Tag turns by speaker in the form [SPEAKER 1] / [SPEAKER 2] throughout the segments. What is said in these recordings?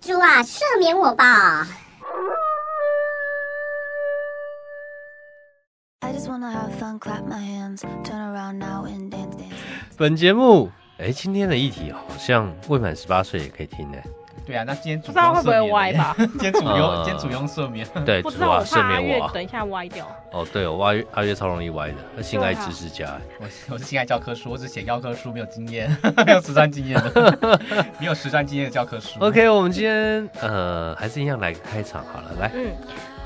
[SPEAKER 1] 主啊，赦免我吧！
[SPEAKER 2] I just wanna have fun, clap my hands, turn around now and dance, dance. dance.
[SPEAKER 3] 本节目，哎，今天的议题好像未满十八岁也可以听呢。
[SPEAKER 4] 对啊，那今天主
[SPEAKER 5] 不知道会不
[SPEAKER 4] 攻
[SPEAKER 5] 会
[SPEAKER 4] 赦免
[SPEAKER 5] 歪吧？
[SPEAKER 4] 今天主
[SPEAKER 3] 啊
[SPEAKER 4] 用，今天主用赦免。
[SPEAKER 3] 对，
[SPEAKER 5] 嗯不知
[SPEAKER 3] 主
[SPEAKER 5] 道，
[SPEAKER 3] 啊，
[SPEAKER 5] 我
[SPEAKER 3] 赦
[SPEAKER 5] 怕阿
[SPEAKER 3] 免
[SPEAKER 5] 月
[SPEAKER 3] 我啊。
[SPEAKER 5] 等一下歪掉。
[SPEAKER 3] 哦，对，我阿月阿月超容易歪的，他性爱
[SPEAKER 5] 对啊
[SPEAKER 3] 知识家。
[SPEAKER 4] 我我是新爱教科书，我只写教科书，没有经验， 没有实战经验的， 没有实战经验的教科书。
[SPEAKER 3] OK，我们今天呃，还是一样来个开场好了，来，
[SPEAKER 5] 嗯，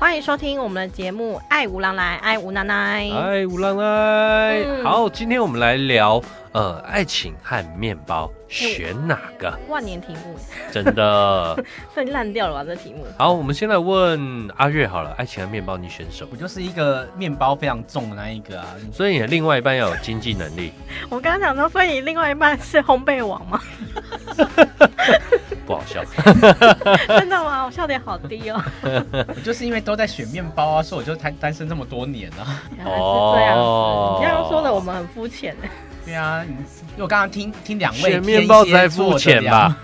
[SPEAKER 5] 欢迎收听我们的节目《爱无郎来爱无奶奶》。
[SPEAKER 3] 哎，五郎来，
[SPEAKER 5] 嗯
[SPEAKER 3] 好，今天我们来聊呃，爱情和面包
[SPEAKER 5] 哎
[SPEAKER 3] 选哪个？
[SPEAKER 5] 万年题目，
[SPEAKER 3] 真的
[SPEAKER 5] 这烂掉了吧？这题目。
[SPEAKER 3] 好，我们先来问阿月好了，爱情和面包你选什 么
[SPEAKER 4] 我？就是一个面包非常重的那一个啊，
[SPEAKER 3] 所以你的另外一半要有经济能力，
[SPEAKER 5] 我刚刚想说，所以你另外一半是烘焙王 吗？
[SPEAKER 3] 不好 笑。
[SPEAKER 5] 真的吗？我笑点好低 哦。
[SPEAKER 4] 我就是因为都在选面包啊，所以我就单单身这么多年 啊。
[SPEAKER 5] 原来是这样
[SPEAKER 3] 哦
[SPEAKER 5] 子，你这样说的我们很 肤浅。
[SPEAKER 4] 对啊，你因为我刚刚听听两位
[SPEAKER 3] 选面包才
[SPEAKER 4] 天蝎座
[SPEAKER 3] 肤
[SPEAKER 4] 的
[SPEAKER 3] 浅吧？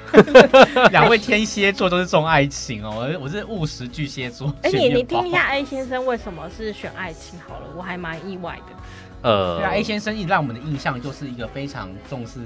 [SPEAKER 4] 两， 两位天蝎座都是重爱情哦，我是我是务实巨蟹座。
[SPEAKER 5] 哎，你
[SPEAKER 4] 选
[SPEAKER 5] 你
[SPEAKER 4] 面包
[SPEAKER 5] 听一下 A 先生为什么是选爱情好了，我还蛮意外的。
[SPEAKER 3] 呃
[SPEAKER 4] 对啊，A 先生一直让我们的印象就是一个非常重视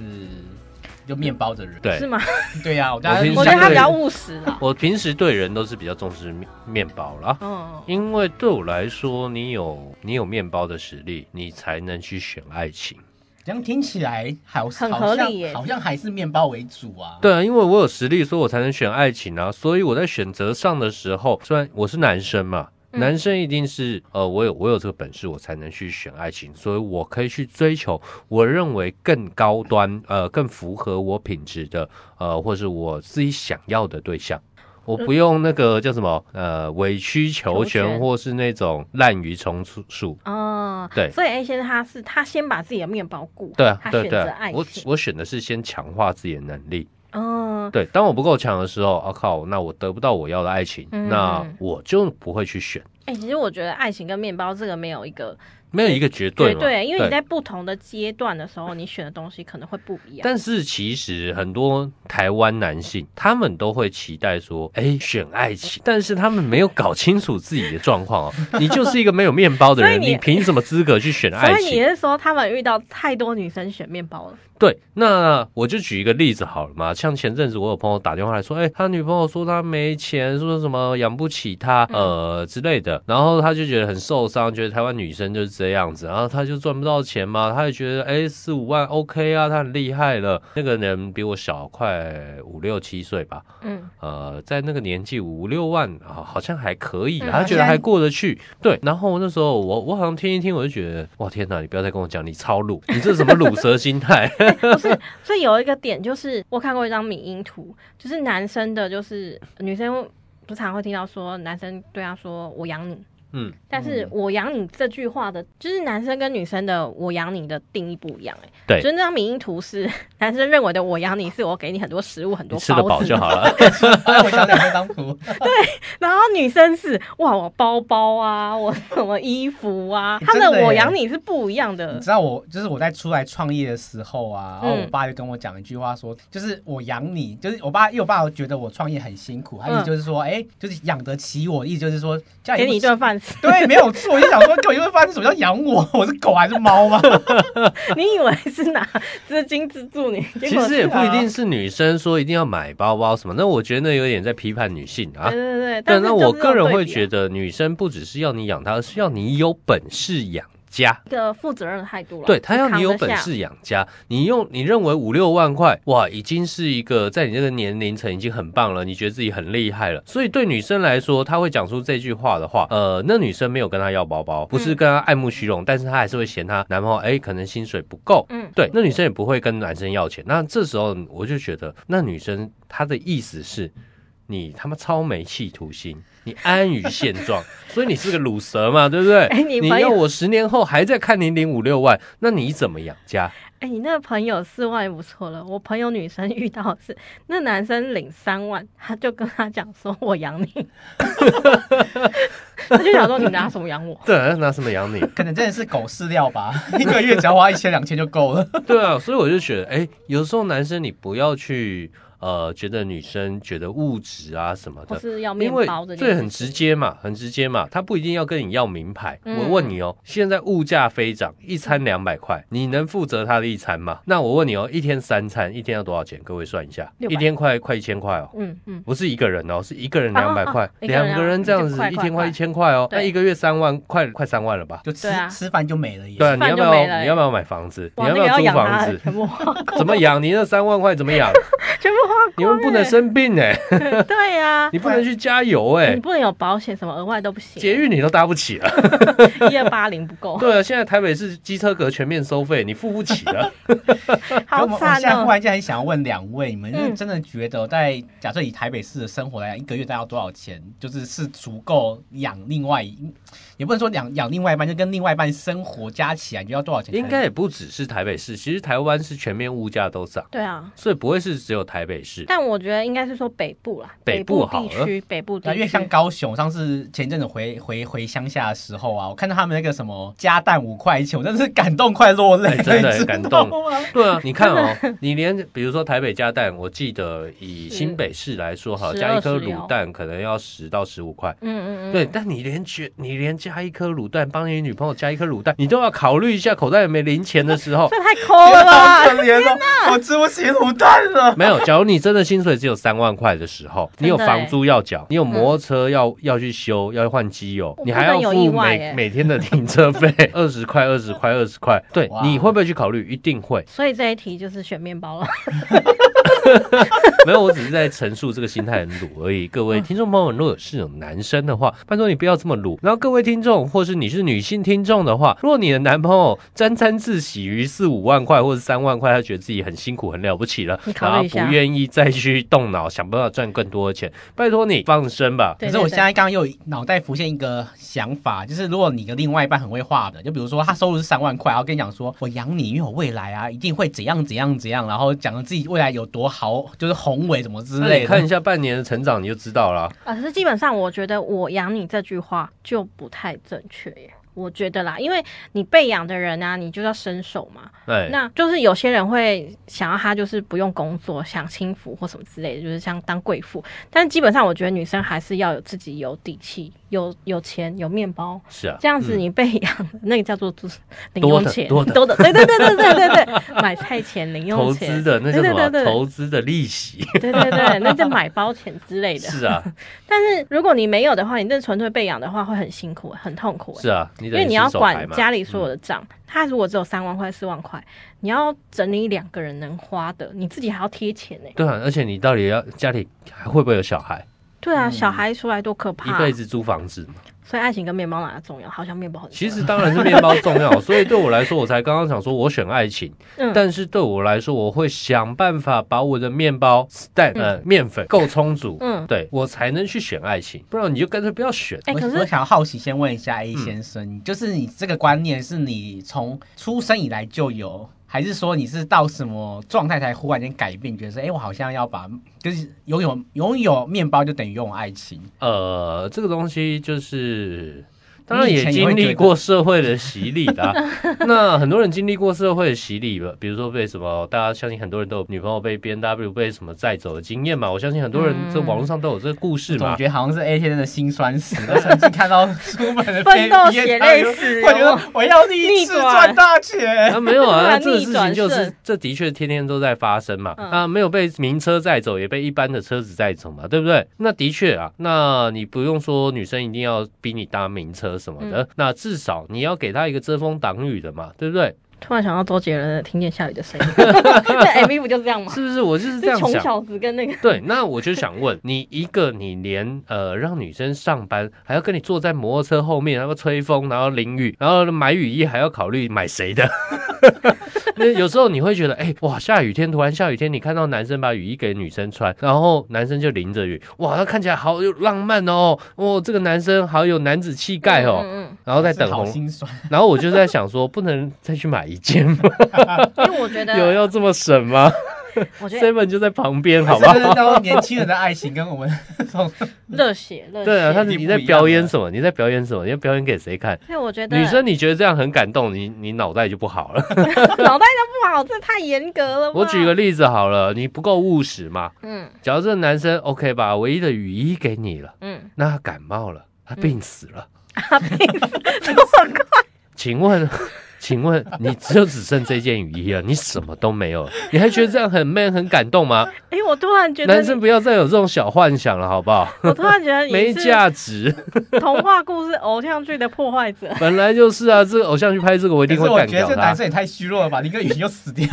[SPEAKER 4] 就面包 的人。
[SPEAKER 3] 对
[SPEAKER 5] 是吗？
[SPEAKER 4] 对啊，我大家
[SPEAKER 3] 我听
[SPEAKER 5] 我
[SPEAKER 3] 哎相
[SPEAKER 5] 觉得他
[SPEAKER 3] 对
[SPEAKER 5] 比较务实啊 啦。
[SPEAKER 3] 我平时对人都是比较重视面面包啦，
[SPEAKER 5] 嗯，
[SPEAKER 3] 因为对我来说，你有你有面包的实力，你才能去选爱情。
[SPEAKER 4] 这样听起来好
[SPEAKER 5] 很
[SPEAKER 4] 好
[SPEAKER 5] 合
[SPEAKER 4] 像
[SPEAKER 5] 理耶
[SPEAKER 4] 好像还是面包为主啊。
[SPEAKER 3] 对啊，因为我有实力，所以我才能选爱情啊。所以我在选择上的时候，虽然我是男生嘛，
[SPEAKER 5] 嗯
[SPEAKER 3] 男生一定是呃，我有我有这个本事，我才能去选爱情，所以我可以去追求我认为更高端、呃更符合我品质的呃，或是我自己想要的对象。我不用那个叫什么呃委曲求
[SPEAKER 5] 求
[SPEAKER 3] 全，
[SPEAKER 5] 全
[SPEAKER 3] 或是那种滥竽充数。
[SPEAKER 5] 哦，
[SPEAKER 3] 对
[SPEAKER 5] 所以 A 先生他是他先把自己的面包顾好，
[SPEAKER 3] 对啊
[SPEAKER 5] 他，
[SPEAKER 3] 对
[SPEAKER 5] 选
[SPEAKER 3] 对
[SPEAKER 5] 择
[SPEAKER 3] 啊
[SPEAKER 5] 爱，
[SPEAKER 3] 我
[SPEAKER 5] 情，
[SPEAKER 3] 我选的是先强化自己的能力。
[SPEAKER 5] 嗯，
[SPEAKER 3] 对，当我不够强的时候，我、啊靠，那我得不到我要的爱情，
[SPEAKER 5] 嗯
[SPEAKER 3] 那我就不会去选，
[SPEAKER 5] 哎、其实我觉得爱情跟面包这个没有一个
[SPEAKER 3] 没有一个绝对
[SPEAKER 5] 绝
[SPEAKER 3] 嘛。
[SPEAKER 5] 对，啊因为你在不同的阶段的时候，你选的东西可能会不一样。
[SPEAKER 3] 但是其实很多台湾男性，他们都会期待说，哎，选爱情，但是他们没有搞清楚自己的状况哦。你就是一个没有面包的人，
[SPEAKER 5] 所以
[SPEAKER 3] 你
[SPEAKER 5] 你
[SPEAKER 3] 凭什么资格去选爱
[SPEAKER 5] 所以你
[SPEAKER 3] 情？
[SPEAKER 5] 是说他们遇到太多女生选面包了？
[SPEAKER 3] 对，那我就举一个例子好了嘛，像前阵子我有朋友打电话来说，哎，他女朋友说他没钱，说什么养不起他，呃之类的，然后他就觉得很受伤，觉得台湾女生就是这样子，然后他就赚不到钱嘛，他就觉得哎四五万 OK 啊，他很厉害了，那个人比我小快五六七岁吧，
[SPEAKER 5] 嗯，
[SPEAKER 3] 呃，在那个年纪五六万啊，好像还可以啦，啊
[SPEAKER 5] 嗯
[SPEAKER 3] 他觉得还过得去。对，然后那时候我我好像听一听，我就觉得哇天哪，你不要再跟我讲你超鲁，你这是什么鲁蛇心态？
[SPEAKER 5] 不是，所以有一个点就是我看过一张米音图，就是男生的，就是女生不常会听到说男生对他说“我养你”，
[SPEAKER 3] 嗯，
[SPEAKER 5] 但是
[SPEAKER 4] 嗯
[SPEAKER 5] “我养你”这句话的，就是男生跟女生的“我养你”的定义不一样、欸，
[SPEAKER 3] 对
[SPEAKER 5] 就是那张米音图是 男生认为的“我养你”是我给你很多食物、很
[SPEAKER 3] 你
[SPEAKER 5] 多
[SPEAKER 3] 吃得
[SPEAKER 5] 包
[SPEAKER 3] 饱
[SPEAKER 5] 子，
[SPEAKER 3] 就好 了。
[SPEAKER 4] 哎， 我想想这张图，
[SPEAKER 5] 然后女生是哇，我包包啊，我什么衣服啊，
[SPEAKER 4] 欸
[SPEAKER 5] 他
[SPEAKER 4] 真的
[SPEAKER 5] 的“我
[SPEAKER 4] 耶
[SPEAKER 5] 养你”是不一样的
[SPEAKER 4] 你知，道嗯我就是我在出来创业的时候啊，然后我
[SPEAKER 5] 嗯
[SPEAKER 4] 爸就跟我讲一句话说，就是我养你，就是我爸，因为我爸觉得我创业很辛苦，他意思
[SPEAKER 5] 嗯
[SPEAKER 4] 就是说，哎、就是养得起我，意思就是说叫
[SPEAKER 5] 给你一顿饭吃。
[SPEAKER 3] 啊
[SPEAKER 4] 对，没有错，我就想说， 给我一顿饭，什么叫养我？ 我是狗还是猫吗？
[SPEAKER 5] 你以为是拿资金资 助你？结
[SPEAKER 3] 其
[SPEAKER 5] 果
[SPEAKER 3] 实也
[SPEAKER 5] 是啊
[SPEAKER 3] 不一定是女生说一定要买包包什么，那我觉得那有点在批判女性啊
[SPEAKER 5] 对。对对，
[SPEAKER 3] 对，
[SPEAKER 5] 呃但是
[SPEAKER 3] 那
[SPEAKER 5] 就是
[SPEAKER 3] 我个人
[SPEAKER 5] 有对
[SPEAKER 3] 会
[SPEAKER 5] 比啊
[SPEAKER 3] 觉得女生不只是要你养她，而是要你有本事养家。
[SPEAKER 5] 一个负责任的态度了。
[SPEAKER 3] 对他要你有
[SPEAKER 5] 扛得
[SPEAKER 3] 本
[SPEAKER 5] 下，
[SPEAKER 3] 事养家，你用你认为五六万块，哇，已经是一个在你这个年龄层已经很棒了，你觉得自己很厉害了。所以对女生来说，她会讲出这句话的话，呃，那女生没有跟她要包包，不
[SPEAKER 5] 嗯
[SPEAKER 3] 是跟她爱慕虚荣，但是她还是会嫌她男朋友哎可能薪水不够。
[SPEAKER 5] 嗯，
[SPEAKER 3] 对，那女生也不会跟男生要钱。那这时候我就觉得，那女生她的意思是，你他妈超没企图心，你安于现状，所以你是个卤蛇嘛，对不对？
[SPEAKER 5] 哎你
[SPEAKER 3] 你
[SPEAKER 5] 朋友
[SPEAKER 3] 要我十年后还在看你领五六万，那你怎么养家？
[SPEAKER 5] 哎，你那个朋友四万也不错了。我朋友女生遇到的是那男生领三万，他就跟他讲说：“我 养你。” 他就想说：“你拿什么养 我
[SPEAKER 3] 对啊，拿什么养你？
[SPEAKER 4] 可能真的是狗饲料吧， 一个 月只要花一千两千就够了。
[SPEAKER 3] 对啊，所以我就觉得，哎，有时候男生你不要去。呃觉得女生觉得物质啊什么
[SPEAKER 5] 或
[SPEAKER 3] 的，
[SPEAKER 5] 是要面
[SPEAKER 3] 因为
[SPEAKER 5] 包这件
[SPEAKER 3] 这
[SPEAKER 5] 事
[SPEAKER 3] 很直
[SPEAKER 5] 情，
[SPEAKER 3] 接嘛，很直接嘛，他不一定要跟你要名牌。
[SPEAKER 5] 嗯
[SPEAKER 3] 我问你哦，现在物价飞涨，一餐两百块，你能负责他的一餐吗？那我问你哦，一天三餐，一天要多少钱？各位算一下，
[SPEAKER 5] 600
[SPEAKER 3] 一天快快一千块哦。
[SPEAKER 5] 嗯嗯，
[SPEAKER 3] 不是一个人哦，是一个人
[SPEAKER 5] 啊
[SPEAKER 3] 两百块
[SPEAKER 5] 啊，一个人
[SPEAKER 3] 两个人这样子
[SPEAKER 5] 两百块
[SPEAKER 3] 一天
[SPEAKER 5] 块
[SPEAKER 3] 快一千块哦，
[SPEAKER 5] 对
[SPEAKER 3] 那一个月三万，快快三万了吧？
[SPEAKER 4] 就吃、
[SPEAKER 5] 对啊
[SPEAKER 4] 吃饭就没了也。
[SPEAKER 3] 对啊，你
[SPEAKER 5] 饭
[SPEAKER 3] 要不
[SPEAKER 5] 就没了
[SPEAKER 3] 要
[SPEAKER 5] 欸
[SPEAKER 3] 你要不要买房子？你
[SPEAKER 5] 哇，那
[SPEAKER 3] 要不
[SPEAKER 5] 个
[SPEAKER 3] 要租
[SPEAKER 5] 养
[SPEAKER 3] 房
[SPEAKER 5] 他，
[SPEAKER 3] 子？
[SPEAKER 5] 全部花光，
[SPEAKER 3] 怎么养？你那三万块怎么养？
[SPEAKER 5] 全部花光，
[SPEAKER 3] 你们不能，生病哎，
[SPEAKER 5] 对 呀、
[SPEAKER 3] 你不能去加油
[SPEAKER 5] 你
[SPEAKER 3] 哎，
[SPEAKER 5] 不能有保险，什么额外都不行，
[SPEAKER 3] 捷运你都搭不起了。
[SPEAKER 5] 一二八零不够，
[SPEAKER 3] 对啊，现在台北市机车格全面收费，你付不起啊的。
[SPEAKER 5] 好
[SPEAKER 4] 我我
[SPEAKER 5] 惨
[SPEAKER 4] 现在忽
[SPEAKER 5] 哦、
[SPEAKER 4] 然间很想要问两位，你们是
[SPEAKER 5] 嗯
[SPEAKER 4] 真的觉得在假设以台北市的生活来讲，一个月大概要多少钱，就是是足够养另外一，也不能说养养另外一半，就跟另外一半生活加起来，你觉得要多少钱才？
[SPEAKER 3] 应该也不只是台北市，其实台湾是全面物价都涨，
[SPEAKER 5] 对啊，
[SPEAKER 3] 所以不会是只有台北市。
[SPEAKER 5] 但我觉得应该是说北部啦，
[SPEAKER 3] 北部
[SPEAKER 5] 部
[SPEAKER 3] 好
[SPEAKER 5] 地
[SPEAKER 3] 了
[SPEAKER 5] 区，北部地
[SPEAKER 4] 对啊，
[SPEAKER 5] 区，
[SPEAKER 4] 因为像高雄，上次前一阵子回回回乡下的时候啊，我看到他们那个什么加蛋五块钱，我真的是感动快落泪，
[SPEAKER 3] 哎真的
[SPEAKER 4] 你知
[SPEAKER 3] 感
[SPEAKER 4] 道
[SPEAKER 3] 动
[SPEAKER 4] 吗
[SPEAKER 3] 对啊，你看哦，你连比如说台北加蛋，我记得以新北市来说哈，
[SPEAKER 5] 十
[SPEAKER 3] 加一颗
[SPEAKER 5] 二十
[SPEAKER 3] 卤
[SPEAKER 5] 哦
[SPEAKER 3] 蛋可能要十到十五块。
[SPEAKER 5] 嗯嗯嗯，
[SPEAKER 3] 对，但你连觉你连加一颗卤蛋，帮你女朋友加一颗卤蛋，你都要考虑一下口袋有没有零钱的时候。
[SPEAKER 5] 这太抠了吧？
[SPEAKER 4] 好可怜哦， 我吃不起卤蛋了。
[SPEAKER 3] 没有，假如你真的薪水只有三万块的时候，你有
[SPEAKER 5] 真的欸
[SPEAKER 3] 房租要缴，你有
[SPEAKER 4] 嗯
[SPEAKER 3] 摩托车要、要去修，要换机油，
[SPEAKER 5] 我
[SPEAKER 3] 你还要
[SPEAKER 5] 不能有意
[SPEAKER 3] 付
[SPEAKER 5] 外
[SPEAKER 3] 每
[SPEAKER 5] 欸
[SPEAKER 3] 每天的停车费， 二十块、二十块、二十块。对
[SPEAKER 4] 哇，哦
[SPEAKER 3] 你会不会去考虑？一定会。
[SPEAKER 5] 所以这一题就是选面 包了。
[SPEAKER 3] 没有，我只是在陈述这个心态很鲁而已。各
[SPEAKER 5] 嗯
[SPEAKER 3] 位听众朋友们，如果是有男生的话，拜托你不要这么鲁。然后各位听众，或是你是女性听众的话，如果你的男朋友沾沾自喜于四五万块或者三万块，他觉得自己很辛苦很了不起了
[SPEAKER 5] 你，考
[SPEAKER 3] 然
[SPEAKER 5] 虑
[SPEAKER 3] 后
[SPEAKER 5] 一
[SPEAKER 3] 不
[SPEAKER 5] 下
[SPEAKER 3] 愿意再去动脑想办法赚更多的钱，拜托你放生吧。
[SPEAKER 5] 对
[SPEAKER 4] 可是我
[SPEAKER 5] 对
[SPEAKER 4] 现
[SPEAKER 5] 对
[SPEAKER 4] 在刚刚又脑袋浮现一个想法，就是如果你的另外一半很会画的，就比如说他收入是三万块，然后跟你讲说我养你，因为我未来啊一定会怎样怎样怎样，然后讲自己未来有多豪，就是宏伟什么之
[SPEAKER 3] 那你
[SPEAKER 4] 类
[SPEAKER 3] 看
[SPEAKER 4] 的
[SPEAKER 3] 一。下半年的成长，你就知道了。
[SPEAKER 5] 啊，可是基本上我觉得“我养你”这句话就不太正确耶。我觉得啦，因为你被养的人啊，你就要伸手嘛。
[SPEAKER 3] 哎，
[SPEAKER 5] 那就是有些人会想要他就是不用工作，享清福或什么之类的，就是像当贵妇。但基本上，我觉得女生还是要有自己有底气、有有钱、有面包，
[SPEAKER 3] 是啊，
[SPEAKER 5] 这样子你被养的、那个叫做就是零
[SPEAKER 3] 多
[SPEAKER 5] 用
[SPEAKER 3] 的
[SPEAKER 5] 钱，
[SPEAKER 3] 多的
[SPEAKER 5] 对对对对对对对，买菜钱、零
[SPEAKER 3] 嗯
[SPEAKER 5] 用
[SPEAKER 3] 投
[SPEAKER 5] 钱，
[SPEAKER 3] 资的那叫什
[SPEAKER 5] 对对
[SPEAKER 3] 么？
[SPEAKER 5] 对对
[SPEAKER 3] 投资的利 息。
[SPEAKER 5] 对对对，那叫买包钱之类的。
[SPEAKER 3] 是啊，
[SPEAKER 5] 但是如果你没有的话，你这纯粹被养的话，会很辛苦，很痛苦。欸
[SPEAKER 3] 是啊，你
[SPEAKER 5] 因
[SPEAKER 3] 等于
[SPEAKER 5] 为你要
[SPEAKER 3] 伸手牌
[SPEAKER 5] 管
[SPEAKER 3] 嘛嗯
[SPEAKER 5] 家里所有的账，他如果只有三万块、四万块，你要整理两个人能花的，你自己还要贴钱欸呢。
[SPEAKER 3] 对啊，而且你到底要家里还会不会有小孩？
[SPEAKER 5] 对啊，
[SPEAKER 4] 嗯
[SPEAKER 5] 小孩出来多可怕
[SPEAKER 3] 一
[SPEAKER 5] 啊！
[SPEAKER 3] 辈子租房子嘛，
[SPEAKER 5] 所以爱情跟面包哪个重要？好像面包很重
[SPEAKER 3] 其
[SPEAKER 5] 要
[SPEAKER 3] 实当然是面包重要，所以对我来说，我才刚刚想说我选爱情，
[SPEAKER 5] 嗯
[SPEAKER 3] 但是对我来说，我会想办法把我的面包但呃面粉够充足，
[SPEAKER 5] 嗯
[SPEAKER 3] 对我才能去选爱情，不然你就干脆不要选。
[SPEAKER 5] 哎、
[SPEAKER 4] 我
[SPEAKER 5] 可
[SPEAKER 4] 我
[SPEAKER 5] 是
[SPEAKER 4] 想要好奇，先问一下 A 先生，就是你这个观念是你从出生以来就有，还是说你是到什么状态才忽然间改变，觉得说，哎、我好像要把，就是拥有拥有面包就等于拥有爱情？
[SPEAKER 3] 呃，这个东西就是。当然
[SPEAKER 4] 你以
[SPEAKER 3] 也
[SPEAKER 4] 前也会
[SPEAKER 3] 经
[SPEAKER 4] 觉
[SPEAKER 3] 历
[SPEAKER 4] 得
[SPEAKER 3] 过社会的洗礼啦、 那很多人经历过社会的洗礼吧，比如说被什么，大家相信很多人都有女朋友被 B N W 被什么载走的经验嘛。我相信很多人
[SPEAKER 5] 嗯
[SPEAKER 3] 这网络上都有这个故事
[SPEAKER 4] 我
[SPEAKER 3] 嘛
[SPEAKER 4] 总。觉得好像是 A 先生的辛酸史，我曾经看到书本的
[SPEAKER 5] 奋斗血泪史 哦
[SPEAKER 4] 我觉得我要第一次赚大钱。
[SPEAKER 3] 啊，没有
[SPEAKER 5] 突
[SPEAKER 3] 啊，
[SPEAKER 5] 然
[SPEAKER 3] 这个事
[SPEAKER 5] 逆
[SPEAKER 3] 情
[SPEAKER 5] 转
[SPEAKER 3] 就是
[SPEAKER 5] 胜，
[SPEAKER 3] 这的确天天都在发生嘛。
[SPEAKER 5] 嗯
[SPEAKER 3] 啊，没有被名车载走，也被一般的车子载走嘛，对不对？那的确啊，那你不用说女生一定要逼你搭名车什么的，
[SPEAKER 4] 嗯
[SPEAKER 3] 那至少你要给她一个遮风挡雨的嘛，对不对？
[SPEAKER 5] 突然想到周杰伦的《听见下雨的声音》， 那 MV 不就这样吗？
[SPEAKER 3] 是不是？我就是这
[SPEAKER 5] 就
[SPEAKER 3] 样
[SPEAKER 5] 穷
[SPEAKER 3] 想。
[SPEAKER 5] 小子跟那个
[SPEAKER 3] 对，那我就想问你，一个你连呃让女生上班还要跟你坐在摩托车后面，然后吹风，然后淋雨，然后买雨衣还要考虑买谁的？ 那有时候你会觉得，哎、哇，下雨天突然下雨天，你看到男生把雨衣给女生穿，然后男生就淋着雨，哇，他看起来好有浪漫哦，哦，这个男生好有男子气概哦。
[SPEAKER 5] 嗯
[SPEAKER 3] 然后再等
[SPEAKER 4] 是好
[SPEAKER 3] 红，
[SPEAKER 4] 心酸，
[SPEAKER 3] 然后我 就在想说，不能再去买一件吗？
[SPEAKER 5] 嗯嗯，因为我觉得
[SPEAKER 3] 有要这么省吗？
[SPEAKER 5] 我觉得
[SPEAKER 3] ，seven 就在旁边，好
[SPEAKER 4] 好
[SPEAKER 3] 不好
[SPEAKER 4] 吧，？然后年轻人的爱情跟我们这种
[SPEAKER 5] 热血热血。
[SPEAKER 3] 对啊，他是
[SPEAKER 4] 一定
[SPEAKER 3] 你
[SPEAKER 4] 不
[SPEAKER 3] 在
[SPEAKER 4] 一样
[SPEAKER 3] 表
[SPEAKER 4] 的
[SPEAKER 3] 演什么？你在表演什么？你要表演给谁看？
[SPEAKER 5] 所以我觉得
[SPEAKER 3] 女生你觉得这样很感动，你你脑袋就不好了。
[SPEAKER 5] 脑袋都不好，这太严格了吧。
[SPEAKER 3] 我举个例子好了，你不够务实嘛？
[SPEAKER 5] 嗯
[SPEAKER 3] 假如这个男生 OK 吧，唯一的雨衣给你了，
[SPEAKER 5] 嗯，
[SPEAKER 3] 那他感冒了，他病死了，
[SPEAKER 5] 这么快
[SPEAKER 3] 请问？ 请问你只有只剩这件雨衣了，你什么都没有了，你还觉得这样很 man 很感动吗？
[SPEAKER 5] 哎、我突然觉得
[SPEAKER 3] 男
[SPEAKER 5] 你，
[SPEAKER 3] 生不要再有这种小幻想了，好不好？
[SPEAKER 5] 我突然觉得
[SPEAKER 3] 没
[SPEAKER 5] 你是
[SPEAKER 3] 价值，
[SPEAKER 5] 童话故事、偶像剧的破坏者。
[SPEAKER 3] 本来就是啊，这个偶像剧拍这个我一
[SPEAKER 4] 可
[SPEAKER 3] 定
[SPEAKER 4] 是
[SPEAKER 3] 会
[SPEAKER 4] 我
[SPEAKER 3] 干
[SPEAKER 4] 觉得
[SPEAKER 3] 掉啊
[SPEAKER 4] 这
[SPEAKER 3] 他
[SPEAKER 4] 男。生也太虚弱了吧，你跟雨欣又死掉，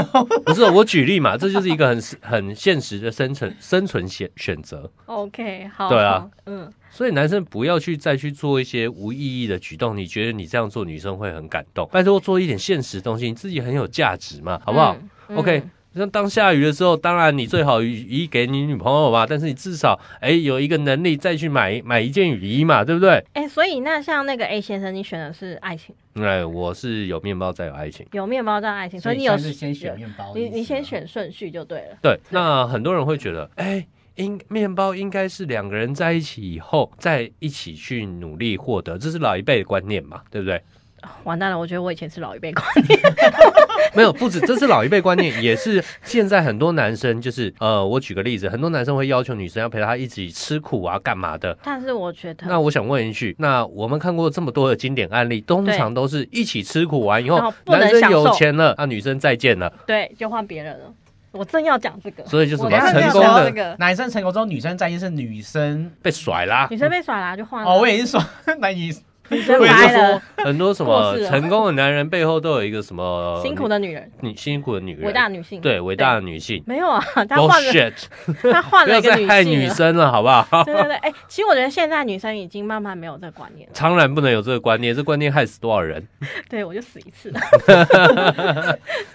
[SPEAKER 3] 不是我举例嘛，这就是一个很很现实的生存生存选选择。
[SPEAKER 5] OK，好，
[SPEAKER 3] 对啊
[SPEAKER 5] 好，嗯，
[SPEAKER 3] 所以男生不要去再去做一些无意义的举动，你觉得你这样做女生会很感动。拜托做一点现实的东西，你自己很有价值嘛，好不好、
[SPEAKER 5] 嗯
[SPEAKER 3] o k 像当下雨的时候，当然你最好雨雨衣给你女朋友嘛，但是你至少哎有一个能力再去买买一件雨衣嘛，对不对？
[SPEAKER 5] 哎、所以那像那个 A 先生，你选的是爱情，
[SPEAKER 3] 哎，我是有面包再有爱情。
[SPEAKER 5] 有面包在爱情， 所以你有
[SPEAKER 4] 算是先选面包的意
[SPEAKER 5] 你
[SPEAKER 4] 思啊，
[SPEAKER 5] 你先选顺序就对了。
[SPEAKER 3] 对，那很多人会觉得，哎、应面包应该是两个人在一起以后，再一起去努力获得，这是老一辈的观念嘛，对不 对？
[SPEAKER 5] 完蛋了，我觉得我以前是老一辈观
[SPEAKER 3] 没有，不止，这是老一辈观念，也是现在很多男生就是，呃，我举个例子，很多男生会要求女生要陪他一起吃苦啊，干嘛的。
[SPEAKER 5] 但是我觉得，
[SPEAKER 3] 那我想问一句，那我们看过这么多的经典案例，通常都是一起吃苦完以
[SPEAKER 5] 然
[SPEAKER 3] 后
[SPEAKER 5] 后，不能
[SPEAKER 3] 男生
[SPEAKER 5] 享受
[SPEAKER 3] 有钱了，那、女生再见了，
[SPEAKER 5] 对，就换别人了。我正要讲这个，
[SPEAKER 3] 所以就是什
[SPEAKER 5] 我
[SPEAKER 3] 么
[SPEAKER 5] 刚刚
[SPEAKER 3] 成
[SPEAKER 5] 要
[SPEAKER 3] 功
[SPEAKER 5] 讲到
[SPEAKER 3] 的
[SPEAKER 5] 这个
[SPEAKER 4] 男生成功之后，女生再见是女生
[SPEAKER 3] 被甩啦
[SPEAKER 5] 女，生被甩了就换了，
[SPEAKER 4] 哦，我也是说，那你
[SPEAKER 5] 女生
[SPEAKER 4] 我也
[SPEAKER 5] 掰
[SPEAKER 4] 是说
[SPEAKER 5] 了，
[SPEAKER 3] 很多什
[SPEAKER 5] 过
[SPEAKER 3] 么
[SPEAKER 5] 世了
[SPEAKER 3] 成功的男人背后都有一个什么
[SPEAKER 5] 辛苦的女人，
[SPEAKER 3] 呃女辛苦的女人，
[SPEAKER 5] 伟大女性，
[SPEAKER 3] 对伟大的女性
[SPEAKER 5] 没有啊，他换了，
[SPEAKER 3] ，bullshit，
[SPEAKER 5] 他换
[SPEAKER 3] 不
[SPEAKER 5] 了
[SPEAKER 3] 要
[SPEAKER 5] 一个
[SPEAKER 3] 再
[SPEAKER 5] 女
[SPEAKER 3] 害
[SPEAKER 5] 性
[SPEAKER 3] 女
[SPEAKER 5] 了。
[SPEAKER 3] 生了，好不好？
[SPEAKER 5] 对对对，哎、其实我觉得现在女生已经慢慢没有这个观念了。
[SPEAKER 3] 当然不能有这个观念，这观念害死多少 人？
[SPEAKER 5] 对，我就死一 次了。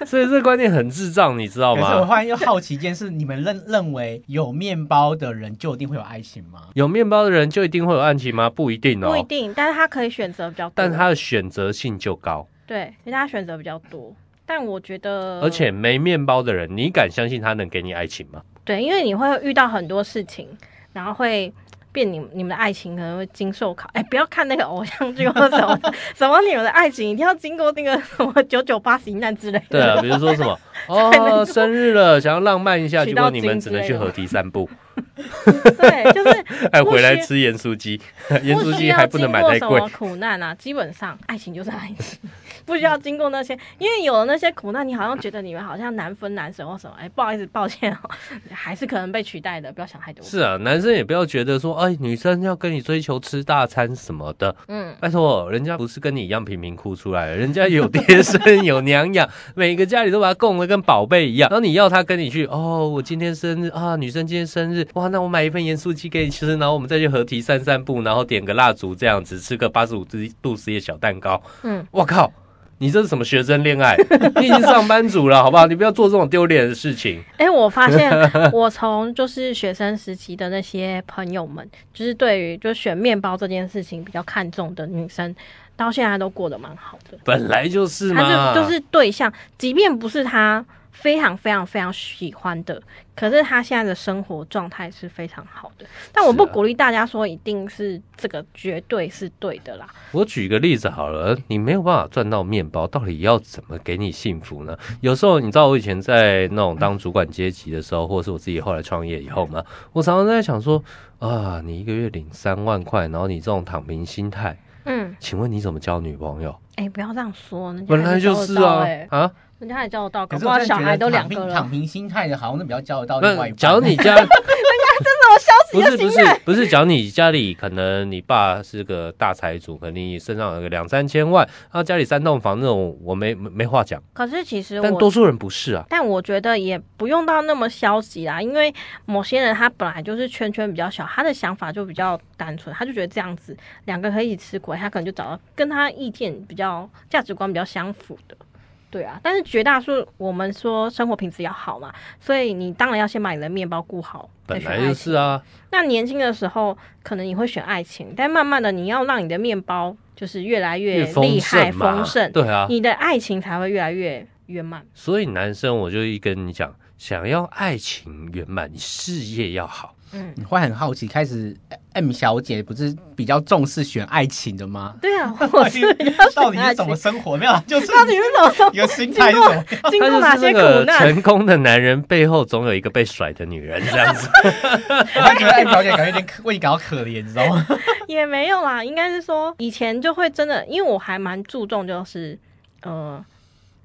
[SPEAKER 3] 所以这个观念很智障，你知道
[SPEAKER 4] 可是我
[SPEAKER 3] 吗？
[SPEAKER 4] 忽然又好奇一件事，你们认认为有面包的人就一定会有爱情吗？
[SPEAKER 3] 有面包的人就一定会有啊爱情吗？不一定
[SPEAKER 5] 不一
[SPEAKER 3] 哦，
[SPEAKER 5] 定，但是他可以选择比较多，
[SPEAKER 3] 但他的选择性就高，
[SPEAKER 5] 对，因为他选择比较多。但我觉得，
[SPEAKER 3] 而且没面包的人，你敢相信他能给你爱 情吗？
[SPEAKER 5] 对，因为你会遇到很多事情，然后会变你你们的爱情可能会经受考。哎，不要看那个偶像剧或什 么的什么，你们的爱情一定要经过那个什么九九八十一难之类的。
[SPEAKER 3] 对啊，比如说什 么
[SPEAKER 5] 能
[SPEAKER 3] 哦，生日了，想要浪漫一下，
[SPEAKER 5] 取
[SPEAKER 3] 结
[SPEAKER 5] 到
[SPEAKER 3] 果你
[SPEAKER 5] 经
[SPEAKER 3] 们
[SPEAKER 5] 之
[SPEAKER 3] 只能
[SPEAKER 5] 类
[SPEAKER 3] 去
[SPEAKER 5] 的
[SPEAKER 3] 河堤散步，
[SPEAKER 5] 对，就是
[SPEAKER 3] 还回来
[SPEAKER 5] 不需
[SPEAKER 3] 吃盐酥鸡， 盐
[SPEAKER 5] 不
[SPEAKER 3] 酥
[SPEAKER 5] 需
[SPEAKER 3] 鸡
[SPEAKER 5] 要
[SPEAKER 3] 还不能
[SPEAKER 5] 经
[SPEAKER 3] 买
[SPEAKER 5] 过
[SPEAKER 3] 太
[SPEAKER 5] 什
[SPEAKER 3] 贵
[SPEAKER 5] 么。苦难啊，基本上爱情就是爱情， 不需要经过那些，因为有了那些苦难，你好像觉得你们好像难分难舍或什么。哎，不好意思，抱歉哦， 还是可能被取代的，不要想太多。
[SPEAKER 3] 是啊，男生也不要觉得说，哎，女生要跟你追求吃大餐什么的，
[SPEAKER 5] 嗯，
[SPEAKER 3] 拜托，人家不是跟你一样贫民窟出来的，人家有爹生有娘养，每个家里都把他供得跟宝贝一样。然后你要他跟你去，哦，我今天生日啊，女生今天生日，哇，那我买一份盐酥鸡给你吃，然后我们再去合体散散步，然后点个蜡烛这样子，吃个八十五度 C 的小蛋糕。
[SPEAKER 5] 嗯，
[SPEAKER 3] 我靠，你这是什么学生恋爱？你已经上班族了，好不好？你不要做这种丢脸的事情。
[SPEAKER 5] 哎、我发 现我从就是学生时期的那些朋友们，就是对于就选面包这件事情比较看重的女生，到现在都过得蛮好的。
[SPEAKER 3] 本来就是
[SPEAKER 5] 他
[SPEAKER 3] 嘛，
[SPEAKER 5] 就就是对象，即便不是他非常非常非常喜欢的，可是他现在的生活状态是非常好的。但我
[SPEAKER 3] 是
[SPEAKER 5] 不
[SPEAKER 3] 啊
[SPEAKER 5] 鼓励大家说一定是这个绝对是对的啦。
[SPEAKER 3] 我举个例子好了，你没有办法赚到面包，到底要怎么给你幸福呢？有时候你知道我以前在那种当主管阶级的时候，或者是我自己后来创业以后嘛，我常常在想说啊，你一个月领三万块，然后你这种躺平心态，
[SPEAKER 5] 嗯，
[SPEAKER 3] 请问你怎么交女朋友？
[SPEAKER 5] 哎、不要这样说，人家
[SPEAKER 3] 本来
[SPEAKER 5] 还
[SPEAKER 3] 就
[SPEAKER 5] 交得
[SPEAKER 3] 是
[SPEAKER 5] 到
[SPEAKER 3] 啊
[SPEAKER 5] 哎
[SPEAKER 3] 啊，
[SPEAKER 5] 人家也交得到，搞
[SPEAKER 4] 可是
[SPEAKER 5] 不
[SPEAKER 4] 我
[SPEAKER 5] 好
[SPEAKER 4] 真的
[SPEAKER 5] 小
[SPEAKER 4] 觉
[SPEAKER 5] 孩
[SPEAKER 4] 得
[SPEAKER 5] 都
[SPEAKER 4] 躺
[SPEAKER 5] 两个
[SPEAKER 4] 平
[SPEAKER 5] 了
[SPEAKER 4] 躺。平心态的，好像都比较交得到另
[SPEAKER 3] 那
[SPEAKER 4] 外一半。
[SPEAKER 3] 假如 你 家
[SPEAKER 5] 那我消
[SPEAKER 3] 不是不
[SPEAKER 5] 息的
[SPEAKER 3] 是
[SPEAKER 5] 心态，
[SPEAKER 3] 不是，假如你家里可能你爸是个大财主，可能你身上有个两三千万，然后家里三栋房那种，我没没没话讲，
[SPEAKER 5] 可是其实
[SPEAKER 3] 但
[SPEAKER 5] 我
[SPEAKER 3] 多数人不是啊。
[SPEAKER 5] 但我觉得也不用到那么消极啦，因为某些人他本来就是圈圈比较小，他的想法就比较单纯，他就觉得这样子两个可以一起吃苦，他可能就找到跟他意见比较、价值观比较相符的。对啊，但是绝大多数我们说生活品质要好嘛，所以你当然要先把你的面包顾好。再
[SPEAKER 3] 本
[SPEAKER 5] 选
[SPEAKER 3] 来
[SPEAKER 5] 爱
[SPEAKER 3] 就
[SPEAKER 5] 情
[SPEAKER 3] 是啊，
[SPEAKER 5] 那年轻的时候，可能你会选爱情，但慢慢的你要让你的面包就是越来
[SPEAKER 3] 越丰
[SPEAKER 5] 厉害、
[SPEAKER 3] 盛嘛，
[SPEAKER 5] 丰盛，
[SPEAKER 3] 对啊，
[SPEAKER 5] 你的爱情才会越来越圆满。
[SPEAKER 3] 所以男生我就一跟你讲，想要爱情圆满，你事业要好。
[SPEAKER 5] 嗯，
[SPEAKER 4] 你会很好奇，开始呃 M 小姐不是比较重视选爱情的 吗？
[SPEAKER 5] 对 啊，我是比较
[SPEAKER 4] 到底
[SPEAKER 5] 喜欢
[SPEAKER 4] 是怎么
[SPEAKER 5] 爱情
[SPEAKER 4] 生活？没有啊，就是
[SPEAKER 5] 到底是怎么 生
[SPEAKER 4] 你的心态是什 么？
[SPEAKER 5] 经
[SPEAKER 3] 他
[SPEAKER 5] 过哪
[SPEAKER 3] 就是那
[SPEAKER 5] 些
[SPEAKER 3] 个
[SPEAKER 5] 苦难？
[SPEAKER 3] 成功的男人背后总有一个被甩的女人，这样子。
[SPEAKER 4] 我会觉得 M 小姐感觉有点可为你感到可怜，你知道 吗？
[SPEAKER 5] 也没有啦，应该是说以前就会真的，因为我还蛮注重就是呃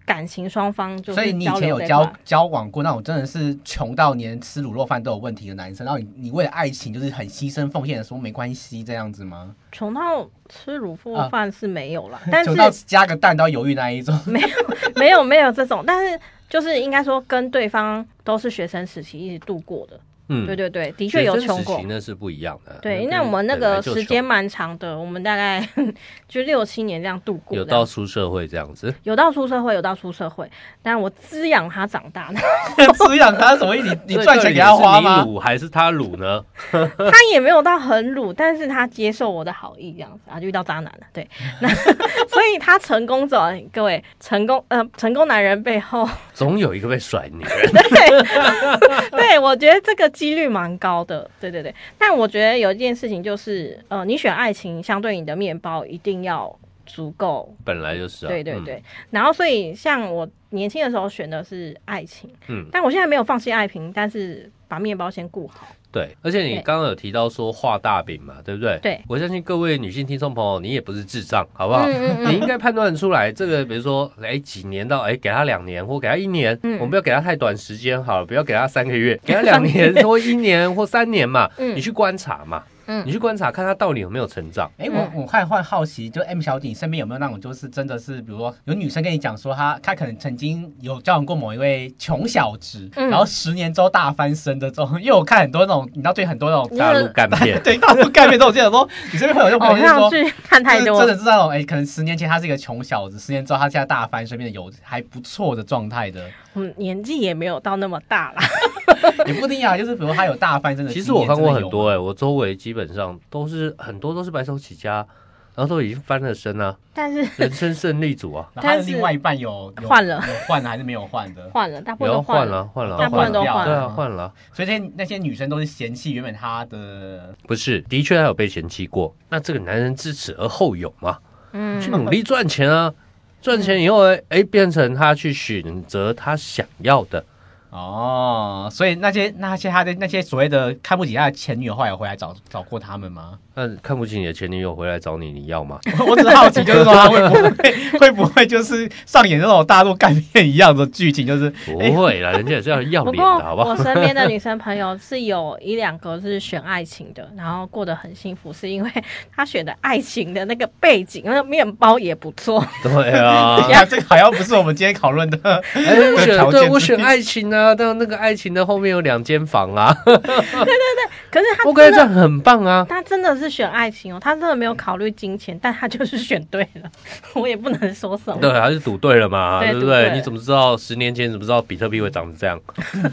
[SPEAKER 5] 感情双方就是
[SPEAKER 4] 所以你以前
[SPEAKER 5] 流
[SPEAKER 4] 有
[SPEAKER 5] 这一
[SPEAKER 4] 交
[SPEAKER 5] 块
[SPEAKER 4] 交往过那种真的是穷到连吃卤肉饭都有问题的男生，然后你你为了爱情就是很牺牲奉献的说没关系这样子吗？
[SPEAKER 5] 穷到吃卤
[SPEAKER 4] 啊
[SPEAKER 5] 肉饭是 没有啦，但是
[SPEAKER 4] 穷到加个蛋都要犹豫那一种。
[SPEAKER 5] 没有 没有没有这种，但是就是应该说跟对方都是学生时期一起度过的，
[SPEAKER 3] 嗯，
[SPEAKER 5] 对对对，的确有
[SPEAKER 3] 学生
[SPEAKER 5] 穷
[SPEAKER 3] 时
[SPEAKER 5] 过
[SPEAKER 3] 期。那是不一样的。
[SPEAKER 5] 对，
[SPEAKER 3] 跟
[SPEAKER 5] 那我们那
[SPEAKER 3] 本来
[SPEAKER 5] 个
[SPEAKER 3] 就
[SPEAKER 5] 时间
[SPEAKER 3] 穷
[SPEAKER 5] 蛮长的，我们大概 就六七年这样度过这
[SPEAKER 3] 有
[SPEAKER 5] 样，
[SPEAKER 3] 到出社会这样子，
[SPEAKER 5] 有到出社会，有到出社会，但我滋养他长大的，
[SPEAKER 4] 滋养他什么意思？你你赚钱给他花
[SPEAKER 3] 所以到
[SPEAKER 4] 吗
[SPEAKER 3] 底是？你卤还是他卤呢？
[SPEAKER 5] 他也没有到很鲁，但是他接受我的好意这样子啊，就遇到渣男了。 对，那所以他成功走，各位成功呃，成功男人背后，
[SPEAKER 3] 总有一个被甩的女人。
[SPEAKER 5] 对我觉得这个几率蛮高的。对对对，但我觉得有一件事情就是，呃，你选爱情，相对你的面包一定要足够。
[SPEAKER 3] 本来就是啊。
[SPEAKER 5] 对对
[SPEAKER 3] 嗯
[SPEAKER 5] 对，，然后所以像我年轻的时候选的是爱情，
[SPEAKER 3] 嗯
[SPEAKER 5] 但我现在没有放弃爱情，但是把面包先顾好。
[SPEAKER 3] 对，而且你
[SPEAKER 5] 对
[SPEAKER 3] 刚刚有提到说画大饼嘛，对不对？
[SPEAKER 5] 对
[SPEAKER 3] 我相信各位女性听众朋友，你也不是智障，好不好？
[SPEAKER 5] 嗯
[SPEAKER 3] 你应该判断出来，这个比如说，哎，几年到，哎，给他两年或给他一年，
[SPEAKER 5] 嗯
[SPEAKER 3] 我们不要给他太短时间好了，不要给他三个 月，给他两年或一年或三年嘛，
[SPEAKER 5] 嗯
[SPEAKER 3] 你去观察嘛，
[SPEAKER 5] 嗯
[SPEAKER 3] 你去观察看他到底有没有成长。
[SPEAKER 4] 哎、我我还会好奇，就 M 小姐你身边有没有那种，就是真的是，比如说有女生跟你讲说她，她可能曾经有交往过某一位穷小子，
[SPEAKER 5] 嗯
[SPEAKER 4] 然后十年之后大翻身的这种，因为我看很多那种，你知道对很多那种，
[SPEAKER 5] 你
[SPEAKER 3] 大
[SPEAKER 5] 是
[SPEAKER 3] 陆干片
[SPEAKER 4] 对大陆概念这种，记得说你身边 会有这种
[SPEAKER 5] 偶
[SPEAKER 4] 朋友就是
[SPEAKER 5] 像
[SPEAKER 4] 说。
[SPEAKER 5] 剧哦看太
[SPEAKER 4] 就
[SPEAKER 5] 多
[SPEAKER 4] 是真
[SPEAKER 5] 了
[SPEAKER 4] 的。是那种哎、可能十年前他是一个穷小子，十年之后他现在大翻身，变得有还不错的状态的，
[SPEAKER 5] 嗯，年纪也没有到那么大啦。
[SPEAKER 4] 也不一定啊。就是比如他有大翻身的
[SPEAKER 3] 其
[SPEAKER 4] 经验，
[SPEAKER 3] 实我看过很
[SPEAKER 4] 真的有，，
[SPEAKER 3] 多、哎，我周围基本上都是很多都是白手起家，然后都已经翻了身啊，
[SPEAKER 5] 但是
[SPEAKER 3] 人生胜利组啊
[SPEAKER 4] 然后他的
[SPEAKER 5] 但是
[SPEAKER 4] 另外一半有有
[SPEAKER 5] 换了？
[SPEAKER 4] 有换了还是没有换的
[SPEAKER 5] 换了，大部
[SPEAKER 3] 也要
[SPEAKER 5] 分都换
[SPEAKER 3] 换。了，换了，
[SPEAKER 5] 大部分都
[SPEAKER 4] 换了
[SPEAKER 3] 对
[SPEAKER 5] 换
[SPEAKER 3] 啊，
[SPEAKER 5] 了。
[SPEAKER 3] 换了。
[SPEAKER 4] 所以这些那些女生都是嫌弃原本她的
[SPEAKER 3] 不是，的确他有被嫌弃过。那这个男人知耻而后勇嘛，
[SPEAKER 5] 嗯
[SPEAKER 3] 去努力赚钱啊，赚钱以后哎、哎变成他去选择他想要的。
[SPEAKER 4] 哦，所以那些那些她的那些所谓的看不起她的前女友，后来有回来找找过他们吗？
[SPEAKER 3] 那看不起你的前女友回来找你，你要
[SPEAKER 5] 哎
[SPEAKER 3] 吗？
[SPEAKER 4] 我只是好奇，就是说她会不会会不会就是上演那种大陆干片一样的剧情，就是
[SPEAKER 3] 不会啦，人家也是要要
[SPEAKER 5] 不
[SPEAKER 3] 脸
[SPEAKER 5] 过
[SPEAKER 3] 的，好不好
[SPEAKER 5] 我？身边的女生朋友是有一两个是选爱情的，然后过得很幸福，是因为她选的爱情的那个背景，那个面包也不错。
[SPEAKER 3] 对啊，
[SPEAKER 4] 哎呀，这个好像不是我们今天讨论的。
[SPEAKER 3] 哎，我选
[SPEAKER 4] 条件
[SPEAKER 3] 对
[SPEAKER 4] 之
[SPEAKER 3] 我选
[SPEAKER 4] 一
[SPEAKER 3] 爱情啊，但那个爱情的后面有两间房啊，
[SPEAKER 5] 可是她
[SPEAKER 3] 我感
[SPEAKER 5] 真
[SPEAKER 3] 觉这
[SPEAKER 5] 的，
[SPEAKER 3] 样很棒啊。
[SPEAKER 5] 她真的是选爱情哦，她真的没有考虑金钱，但她就是选对了， 我也不能说什么。
[SPEAKER 3] 对，还是赌对了嘛，
[SPEAKER 5] 对
[SPEAKER 3] 对不
[SPEAKER 5] 赌对
[SPEAKER 3] 对？
[SPEAKER 5] 了
[SPEAKER 3] 你怎么知道十年前你怎么知道比特币会长成这样？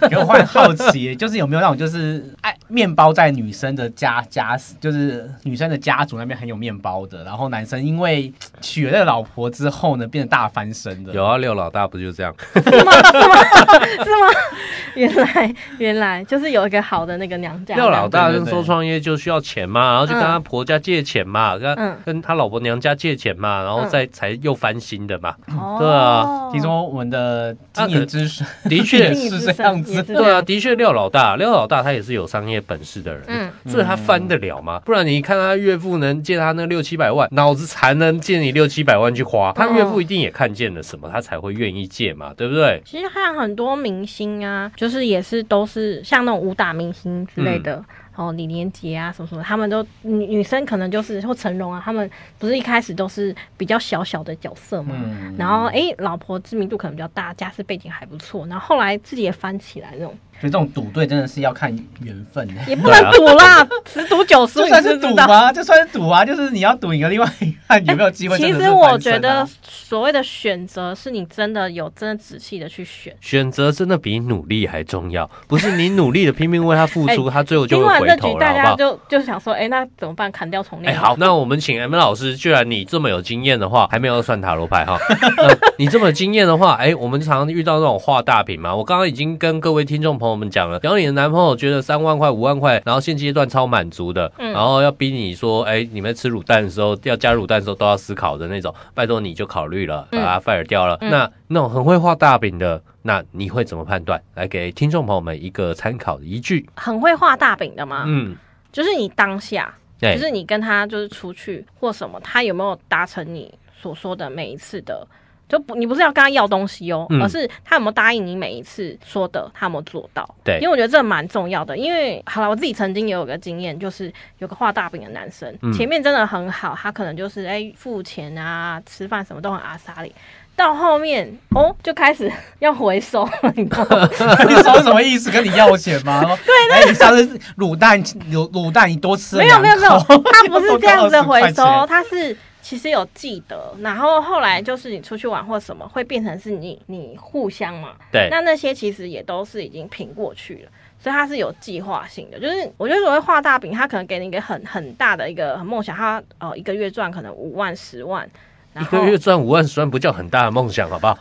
[SPEAKER 4] 然后我很好奇，就是有没有那种就是爱面包在女生的家家，就是女生的家族那边很有面包的，然后男生因为娶了老婆之后呢，变得大翻身的。
[SPEAKER 3] 有啊，六老大不就这样？
[SPEAKER 5] 是吗？是吗？是吗？ 原来原来就是有一个好的那个娘家。
[SPEAKER 3] 廖老大
[SPEAKER 4] 对对
[SPEAKER 3] 那
[SPEAKER 4] 对
[SPEAKER 3] 时候创业就需要钱嘛，然后就跟他婆家借钱嘛，跟
[SPEAKER 5] 嗯
[SPEAKER 3] 跟他老婆娘家借钱嘛，然后
[SPEAKER 5] 嗯
[SPEAKER 3] 再才又翻新的嘛。
[SPEAKER 5] 哦
[SPEAKER 3] 对啊
[SPEAKER 4] 听说我们的今年之神
[SPEAKER 3] 的确
[SPEAKER 4] 也是这样子，
[SPEAKER 5] 对
[SPEAKER 3] 对啊，的确廖老大，廖老大他也是有商业本事的人。
[SPEAKER 5] 嗯，
[SPEAKER 3] 所以他翻得了吗？不然你看他岳父能借他那六七百万，脑子才能借你六七百万去
[SPEAKER 5] 嗯
[SPEAKER 3] 花。他岳父一定也看见了什么，他才会愿意借嘛，对不对？
[SPEAKER 5] 其实看很多明星啊，就是也是都是像那种武打明星之类
[SPEAKER 3] 嗯
[SPEAKER 5] 的，哦，李连杰啊什么什么，他们都女女生可能就是或成龙啊，他们不是一开始都是比较小小的角色嘛。
[SPEAKER 4] 嗯
[SPEAKER 5] 然后哎、诶老婆知名度可能比较大，家世背景还不错，然后后来自己也翻起来那种，
[SPEAKER 4] 所以这种赌对真的是要看缘分的。
[SPEAKER 5] 也不能赌啦，
[SPEAKER 3] 啊
[SPEAKER 5] 十赌九输，
[SPEAKER 4] 这
[SPEAKER 5] 你
[SPEAKER 4] 算
[SPEAKER 5] 知
[SPEAKER 4] 是
[SPEAKER 5] 不
[SPEAKER 4] 赌
[SPEAKER 5] 知道？
[SPEAKER 4] 吗？这算是赌啊，就是你要赌你的另外一半有没有机会、
[SPEAKER 5] 哎其实我觉得，
[SPEAKER 3] 啊
[SPEAKER 5] 所谓的选择，是你真的有真的仔细的去选。
[SPEAKER 3] 选择真的比努力还重要，不是你努力的拼命为他付 出，他最后就
[SPEAKER 5] 听
[SPEAKER 3] 会
[SPEAKER 5] 完
[SPEAKER 3] 回
[SPEAKER 5] 哎这局
[SPEAKER 3] 头，了，
[SPEAKER 5] 大
[SPEAKER 3] 好不
[SPEAKER 5] 家
[SPEAKER 3] 好？
[SPEAKER 5] 就就想说，哎、那怎么办？砍掉重
[SPEAKER 3] 哎、
[SPEAKER 5] 练？
[SPEAKER 3] 好，那我们请 M 老师，既然你这么有经验的话，还没有算塔罗牌哈、 呃你这么有经验的话，哎、我们常常遇到那种画大饼嘛。我刚刚已经跟各位听众朋友们讲了，然后你的男朋友觉得三万块、五万块，然后现阶段超满足的，
[SPEAKER 5] 嗯
[SPEAKER 3] 然后要逼你说，哎、你们吃卤蛋的时候要加卤蛋的时候都要思考的那种，拜托你就考虑了，把它 fire 掉了。
[SPEAKER 5] 嗯
[SPEAKER 3] 那那种很会画大饼的，那你会怎么判断？来给听众朋友们一个参考的依据。
[SPEAKER 5] 很会画大饼的嘛，
[SPEAKER 3] 嗯，
[SPEAKER 5] 就是你当下，
[SPEAKER 3] 哎、
[SPEAKER 5] 就是你跟他就是出去或什么，他有没有达成你所说的每一次的？就不，你不是要跟他要东西哦，
[SPEAKER 3] 嗯
[SPEAKER 5] 而是他有没有答应你每一次说的，他有没有做到？
[SPEAKER 3] 对
[SPEAKER 5] 因为我觉得这蛮重要的。因为好了，我自己曾经也有个经验，就是有个画大饼的男生，
[SPEAKER 3] 嗯
[SPEAKER 5] 前面真的很好，他可能就是哎、付钱啊、吃饭什么都很阿萨里，到后面哦就开始 要回收了，你知道吗？
[SPEAKER 4] 啊你说什么意思？跟你要钱 吗？对，哎、你上次卤蛋卤卤蛋你多吃了
[SPEAKER 5] 没有没有没有
[SPEAKER 4] 两口，
[SPEAKER 5] 他 不是这样子回
[SPEAKER 4] 多给我20块
[SPEAKER 5] 收，
[SPEAKER 4] 钱
[SPEAKER 5] 他是其实有记得，然后后来就是你出去玩或什么，会变成是你你互相嘛，
[SPEAKER 3] 对，
[SPEAKER 5] 那那些其实也都是已经评过去了。所以他是有计划性的，就是我觉得所谓画大饼，他可能给你一个很很大的一个梦想，他呃一个月赚可能五万十万，然
[SPEAKER 3] 一
[SPEAKER 5] 后
[SPEAKER 3] 个月赚五万、十万不叫很大的梦想，好不好？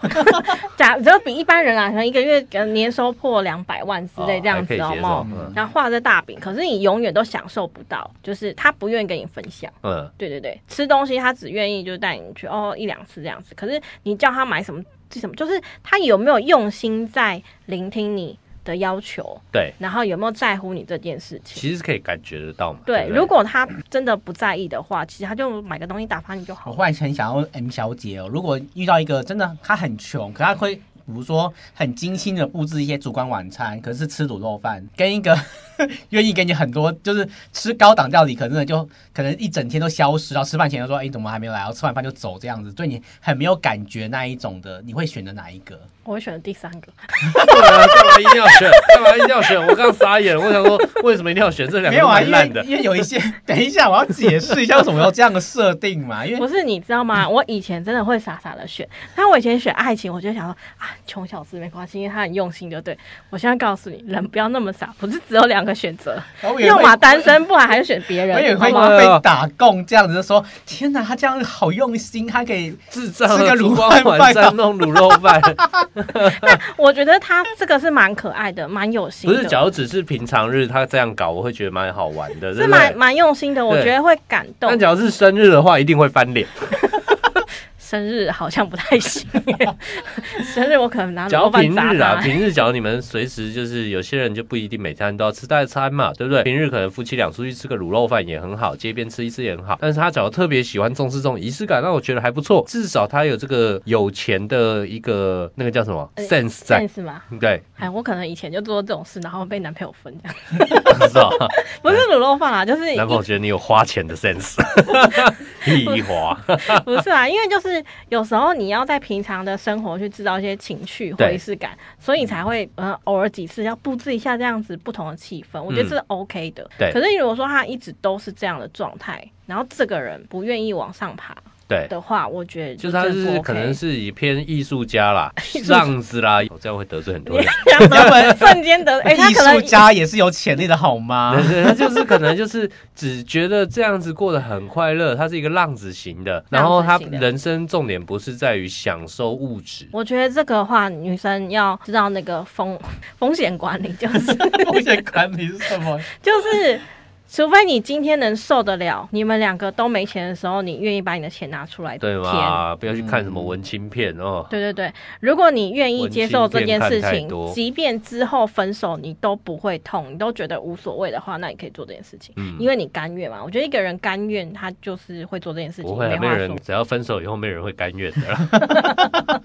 [SPEAKER 5] 假只要比一般人啊，可能一个月呃年收破两百万之类这样子，
[SPEAKER 3] 哦
[SPEAKER 5] 好
[SPEAKER 3] 还可以接
[SPEAKER 5] 不
[SPEAKER 3] 受
[SPEAKER 5] 好？
[SPEAKER 3] 嗯
[SPEAKER 5] 然后画这大饼，可是你永远都享受不到，就是他不愿意跟你分享。
[SPEAKER 3] 嗯，
[SPEAKER 5] 对对对，吃东西他只愿意就是带你去哦一两次这样子，可是你叫他买什么这什么，就是他有没有用心在聆听你的要求，
[SPEAKER 3] 对，
[SPEAKER 5] 然后有没有在乎你这件事情。
[SPEAKER 3] 其实可以感觉得到嘛。对
[SPEAKER 5] 对
[SPEAKER 3] 不，对，
[SPEAKER 5] 如果他真的不在意的话，其实他就买个东西打发你就好
[SPEAKER 4] 我
[SPEAKER 5] 了。
[SPEAKER 4] 忽然很想要问 M 小姐哦，如果遇到一个真的她很穷，可她会比如说很精心的布置一些烛光晚餐，可是吃卤肉饭，跟一个 愿意给你很多就是吃高档料理，可能真的就可能一整天都消失，然后吃饭前就说哎、你怎么还没有来，然后吃完饭就走这样子，对你很没有感觉那一种的，你会选择哪一个？
[SPEAKER 5] 我会选择第三个，
[SPEAKER 3] 对啊，干嘛一定要 选？干嘛一定要选？我刚傻眼，我想说为什么一定要选这两
[SPEAKER 4] 没
[SPEAKER 3] 个
[SPEAKER 4] 有
[SPEAKER 3] 都
[SPEAKER 4] 啊，
[SPEAKER 3] 蛮
[SPEAKER 4] 因
[SPEAKER 3] 烂
[SPEAKER 4] 为
[SPEAKER 3] 的？
[SPEAKER 4] 因为有一些， 等一下我要解释一下为什么要这样的设定嘛，因为
[SPEAKER 5] 不是你知道吗？我以前真的会傻傻的选，但我以前选爱情，我就想说啊，穷小子没关系，因为他很用心，就对。我现在告诉你，人不要那么傻，不是只有两个选择，
[SPEAKER 4] 我以为
[SPEAKER 5] 要么单身，不然还是选别人。
[SPEAKER 4] 我也会
[SPEAKER 5] 好吗
[SPEAKER 3] 啊
[SPEAKER 4] 被打供，这样子就说：天哪，他这样好用心，他给
[SPEAKER 3] 智障
[SPEAKER 4] 吃
[SPEAKER 3] 的
[SPEAKER 4] 个
[SPEAKER 3] 烛
[SPEAKER 4] 卤
[SPEAKER 3] 光
[SPEAKER 4] 饭
[SPEAKER 3] 晚
[SPEAKER 4] 饭
[SPEAKER 3] 餐
[SPEAKER 4] 啊
[SPEAKER 3] 弄卤肉 饭，
[SPEAKER 5] 我觉得他这个是蛮可爱的，蛮有心
[SPEAKER 3] 不
[SPEAKER 5] 的，
[SPEAKER 3] 是，假如只是平常日他这样搞，我会觉得蛮好玩的，对
[SPEAKER 5] 是
[SPEAKER 3] 不
[SPEAKER 5] 蛮
[SPEAKER 3] 对？
[SPEAKER 5] 蛮用心的，我
[SPEAKER 3] 对
[SPEAKER 5] 觉得会感
[SPEAKER 3] 但
[SPEAKER 5] 动。
[SPEAKER 3] 假如是生日的话，一定会翻脸。
[SPEAKER 5] 生日好像不 太行，生日我可能拿
[SPEAKER 3] 假
[SPEAKER 5] 卤
[SPEAKER 3] 如
[SPEAKER 5] 肉饭
[SPEAKER 3] 平
[SPEAKER 5] 砸
[SPEAKER 3] 日啊，
[SPEAKER 5] 他。
[SPEAKER 3] 平日假如你们随时就是有些人就不一定每餐都要吃大餐嘛， 对不对？平日可能夫妻俩出去吃个卤肉饭也很好，街边吃一吃也很好。但是他假如特别喜欢重视这种仪式感，那我觉得还不错，至少他有这个有钱的一个那个叫什么
[SPEAKER 5] 呃
[SPEAKER 3] sense
[SPEAKER 5] 这
[SPEAKER 3] 在
[SPEAKER 5] 样，是吗？
[SPEAKER 3] 对，
[SPEAKER 5] 哎，我可能以前就做这种事，然后被男朋友分这样，
[SPEAKER 3] 知 道吗？
[SPEAKER 5] 不是卤肉 饭啦，就是一
[SPEAKER 3] 男朋友觉得你有花钱的 sense，一花，
[SPEAKER 5] 不是啊，因为就是有时候你要在平常的生活去制造一些情绪
[SPEAKER 3] 对
[SPEAKER 5] 回视感，所以才会呃偶尔几次要布置一下这样子不同的气氛，我觉得
[SPEAKER 3] 嗯
[SPEAKER 5] 这是 OK 的。
[SPEAKER 3] 对
[SPEAKER 5] 可是如果说他一直都是这样的状态，然后这个人不愿意往上爬
[SPEAKER 3] 对。
[SPEAKER 5] 的话，我觉得
[SPEAKER 3] 就是
[SPEAKER 5] 真
[SPEAKER 3] 他
[SPEAKER 5] 的
[SPEAKER 3] 就
[SPEAKER 5] 不
[SPEAKER 3] 是
[SPEAKER 5] OK
[SPEAKER 3] 可能是以偏艺术家啦、
[SPEAKER 5] 艺术家
[SPEAKER 3] 浪子啦，我这样会得罪很多
[SPEAKER 5] 你
[SPEAKER 3] 人。
[SPEAKER 5] 这样子瞬间得哎，他
[SPEAKER 4] 艺
[SPEAKER 5] 可能
[SPEAKER 4] 术家也是有潜力的，好吗？
[SPEAKER 3] 对对，他就是可能就是只觉得这样子过得很快乐，他是一个浪子型的，然后他
[SPEAKER 5] 浪子型的
[SPEAKER 3] 人生重点不是在于享受物质。
[SPEAKER 5] 我觉得这个的话，女生要知道那个风风险管理，就是
[SPEAKER 4] 风险管理是什么？
[SPEAKER 5] 就是，除非你今天能受得了，你们两个都没钱的时候，你愿意把你的钱拿出来
[SPEAKER 3] 对
[SPEAKER 5] 贴
[SPEAKER 3] 嘛？不要去看什么文青片哦。
[SPEAKER 5] 对对对，如果你愿意接受这件
[SPEAKER 3] 文
[SPEAKER 5] 事
[SPEAKER 3] 青片看太
[SPEAKER 5] 情
[SPEAKER 3] 多，
[SPEAKER 5] 即便之后分手你都不会痛，你都觉得无所谓的话，那你可以做这件事情，
[SPEAKER 3] 嗯
[SPEAKER 5] 因为你甘愿嘛。我觉得一个人甘愿，他就是会做这件事情，
[SPEAKER 3] 不会啊，没
[SPEAKER 5] 话
[SPEAKER 3] 人
[SPEAKER 5] 说。
[SPEAKER 3] 只要分手以后，没人会甘愿 的啦，